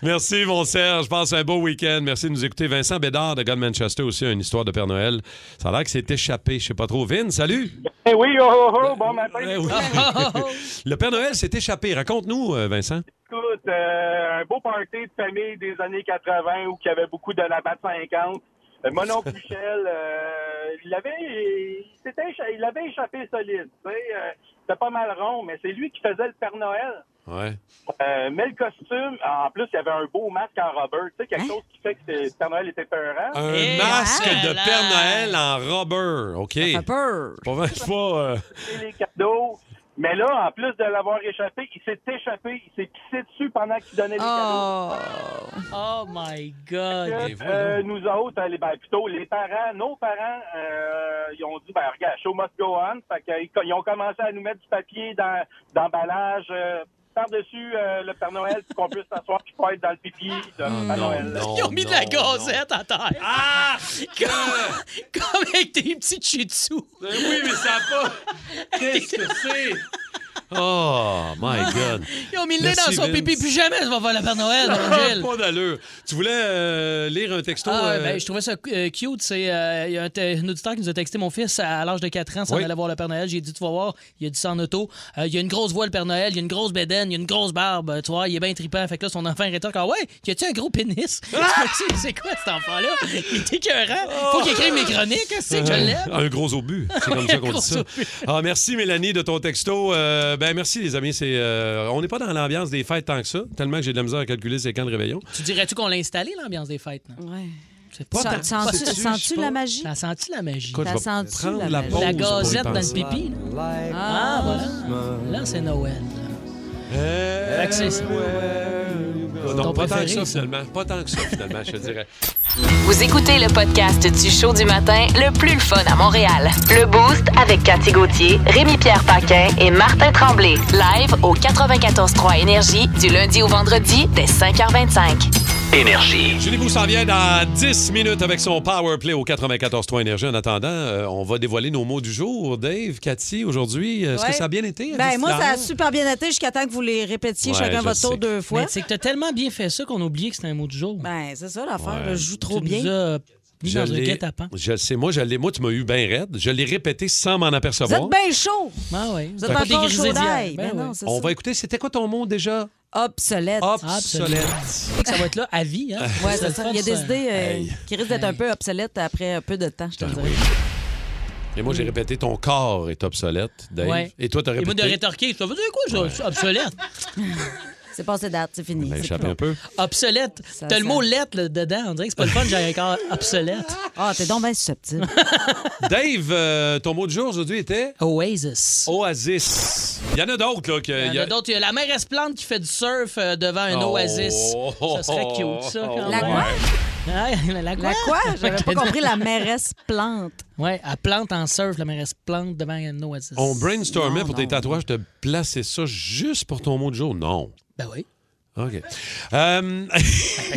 S3: Merci, mon Serge. Passe un beau week-end. Merci de nous écouter. Vincent Bédard de God Manchester aussi a une histoire de Père Noël. Ça a l'air que c'est échappé. Je sais pas trop. Vin, salut.
S21: Eh oui, oh, oh, oh, bon matin.
S3: Le Père Noël s'est échappé. Raconte-nous, euh, Vincent.
S18: écoute, euh, un beau party de famille des années 80 où il y avait beaucoup de la BAT 50. Euh, mon oncle Michel, euh, il avait, il, s'était écha- il avait échappé solide. tu sais, euh, C'était pas mal rond, mais c'est lui qui faisait le Père Noël.
S3: Ouais.
S18: Euh, mais le costume, en plus, il y avait un beau masque en rubber. Tu sais, quelque chose qui fait que c'est- le Père Noël était peurant.
S3: Un masque de Père Noël en rubber, OK. Eh Ça fait
S6: peur.
S3: Pas, c'est pas, euh,
S18: les cadeaux. Mais là, en plus de l'avoir échappé, il s'est échappé, il s'est pissé dessus pendant qu'il donnait les cadeaux.
S4: Oh my God!
S18: Euh, nous autres, euh, les, ben, plutôt les parents, nos parents, euh, ils ont dit, ben regarde, show must go on. Fait que, ils, co- ils ont commencé à nous mettre du papier dans- d'emballage euh, par-dessus euh, le Père Noël pour qu'on puisse s'asseoir puis pas être dans le pipi de Père Noël.
S4: Ils ont mis de la gazette à terre. Ah! Comme, comme avec des petits chitsu.
S3: Ben Oui, mais ça n'a pas. Qu'est-ce que c'est? Oh, my God.
S4: Ils ont mis le nez dans
S3: Merci,
S4: son
S3: Vince.
S4: pipi. Plus jamais, ça va faire la Père Noël,
S3: Ça
S4: mon
S3: a
S4: Gilles.
S3: Ah, pas d'allure. Tu voulais euh, lire un texto?
S4: Ah,
S3: euh,
S4: ben, je trouvais ça euh, cute. C'est, euh, il y a un, te- un auditeur qui nous a texté Mon fils, à l'âge de 4 ans, s'en
S3: Oui.
S4: allait voir le Père Noël. J'ai dit Tu vas voir, il a dit ça en auto. Euh, il y a une grosse voix, le Père Noël. Il y a une grosse bédaine. Il y a une grosse barbe. Tu vois, il est bien tripant. Fait que là, son enfant rétorque Ah ouais, y a-tu un gros pénis Tu sais, C'est quoi cet enfant-là Il est écœurant. Faut qu'il écrive mes chroniques. hein, C'est que je l'aime.
S3: euh, Un gros obus, c'est comme ça qu'on dit ça. Ah, merci Mélanie de ton texto. Euh, ben merci les amis, c'est euh, on n'est pas dans l'ambiance des fêtes tant que ça, tellement que j'ai de la misère à calculer c'est quand le réveillon.
S4: Tu dirais-tu qu'on l'a installé, l'ambiance des fêtes non?
S6: Ouais.
S4: C'est
S6: Sens-
S4: tant-
S6: sens-tu-
S4: pas sûr,
S6: sens-tu
S4: je sais
S6: la
S4: pas.
S6: magie?
S4: T'as senti la magie?
S6: Écoute, je vais T'as senti prendre la la magie? pause
S4: La
S6: pour y
S4: gazette dans le
S6: penser.
S4: pipi. là. Ah, voilà. Là, c'est Noël. Fait que c'est-
S3: Ah,
S4: Ton
S3: Eh, non, pas tant
S4: préféré,
S3: que ça
S4: ça.
S3: finalement. Pas tant que ça finalement, je te dirais.
S1: Vous écoutez le podcast du show du matin le plus le fun à Montréal. Le Boost avec Cathy Gauthier, Rémi-Pierre Paquin et Martin Tremblay. Live au 94.3 Énergie du lundi au vendredi dès 5h25.
S3: Énergie. Julie Bou s'en vient dans 10 minutes avec son Power Play au 94.3 Énergie. En attendant, euh, on va dévoiler nos mots du jour. Dave, Cathy, aujourd'hui, est-ce
S6: Ouais.
S3: que ça a bien été? hein,
S6: Ben, moi, ça a
S3: Florence?
S6: super bien été jusqu'à temps que vous les répétiez
S3: Ouais,
S6: chacun
S3: je
S6: votre tour
S3: sais.
S6: deux fois.
S4: Mais c'est que t'as tellement bien fait ça qu'on a oublié que c'était un mot du jour.
S6: Ben, c'est ça l'affaire.
S3: Ouais.
S6: là, Je joue trop
S4: Tu nous
S6: bien.
S4: as mis
S3: Je
S4: dans un
S3: l'ai-
S4: guet-apens.
S3: Je le sais, moi, je l'ai- moi, tu m'as eu bien raide. Je l'ai répété sans m'en
S6: Vous
S3: apercevoir.
S6: êtes bien chaud.
S4: Ah oui. Vous
S6: êtes
S3: Fait que-
S6: encore chaud d'ail.
S4: Ben
S6: Ben
S4: oui.
S6: non, c'est
S3: On
S6: ça.
S3: va écouter, c'était quoi ton mot déjà?
S6: Obsolète. Ah,
S3: Obsolète.
S4: Ça va être là à vie. Hein?
S6: Ouais,
S4: le
S6: c'est ça.
S4: fun,
S6: Il y a des idées euh,
S3: Hey.
S6: qui risquent d'être un peu obsolètes après un peu de temps, je te dirais.
S3: Et moi, j'ai répété ton corps est obsolète, Dave.
S6: Mm. Ouais.
S3: Et toi, t'as
S4: Et moi, de
S3: répété.
S4: rétorquer, ça veut dire quoi, ça? C'est obsolète?
S6: C'est passé date, c'est fini.
S3: T'as
S6: c'est
S3: échappé
S6: plus
S3: Ben, un peu.
S4: Obsolète.
S6: Ça,
S4: T'as le
S6: ça-
S4: mot lettre là, dedans. On dirait que c'est pas le fun, j'ai un corps obsolète.
S6: Ah, t'es donc bien susceptible.
S3: Dave, euh, ton mot du jour aujourd'hui était?
S4: Oasis.
S3: Oasis. Oh, Il y en a d'autres, là. Que,
S4: Il y en a d'autres. Il y a la mairesse Plante qui fait du surf euh, devant un
S3: Oh.
S4: oasis. Ça serait cute, ça, quand
S3: La
S4: même.
S3: quoi?
S4: Ouais, la quoi?
S6: La quoi? J'avais pas compris la mairesse plante.
S4: Ouais, elle plante en surf, la mairesse plante devant un oasis.
S3: On brainstormait pour tes tatouages. Je te plaçais ça juste pour ton mot du jour? Non.
S4: Ben oui.
S3: OK. Euh,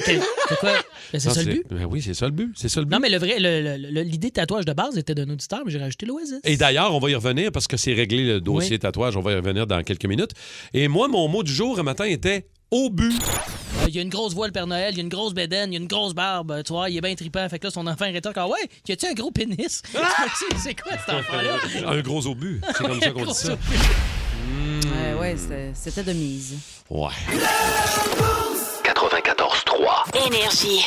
S4: C'est quoi? Ben, c'est
S3: Non,
S4: ça le but?
S3: ben oui, c'est ça le but. C'est ça le but.
S4: Non, mais le vrai, le- le- le- l'idée de tatouage de base était d'un auditeur, mais j'ai rajouté l'oasis.
S3: Et d'ailleurs, on va y revenir parce que c'est réglé le dossier
S4: Oui.
S3: tatouage. On va y revenir dans quelques minutes. Et moi, mon mot du jour un matin était obus.
S4: Euh, Il y a une grosse voix, le Père Noël, il y a une grosse bédaine, il y a une grosse barbe, euh, tu vois, il est bien tripant. Fait que là, son enfant rétorque Ah ouais, y a-tu un gros pénis
S3: Ah!
S4: C'est- C'est quoi cet enfant-là
S3: Un gros obus. C'est comme ça qu'on dit ça.
S6: Ouais,
S3: Hmm.
S6: ouais, c'était- c'était de mise.
S3: Ouais.
S7: 94-3.
S1: Énergie.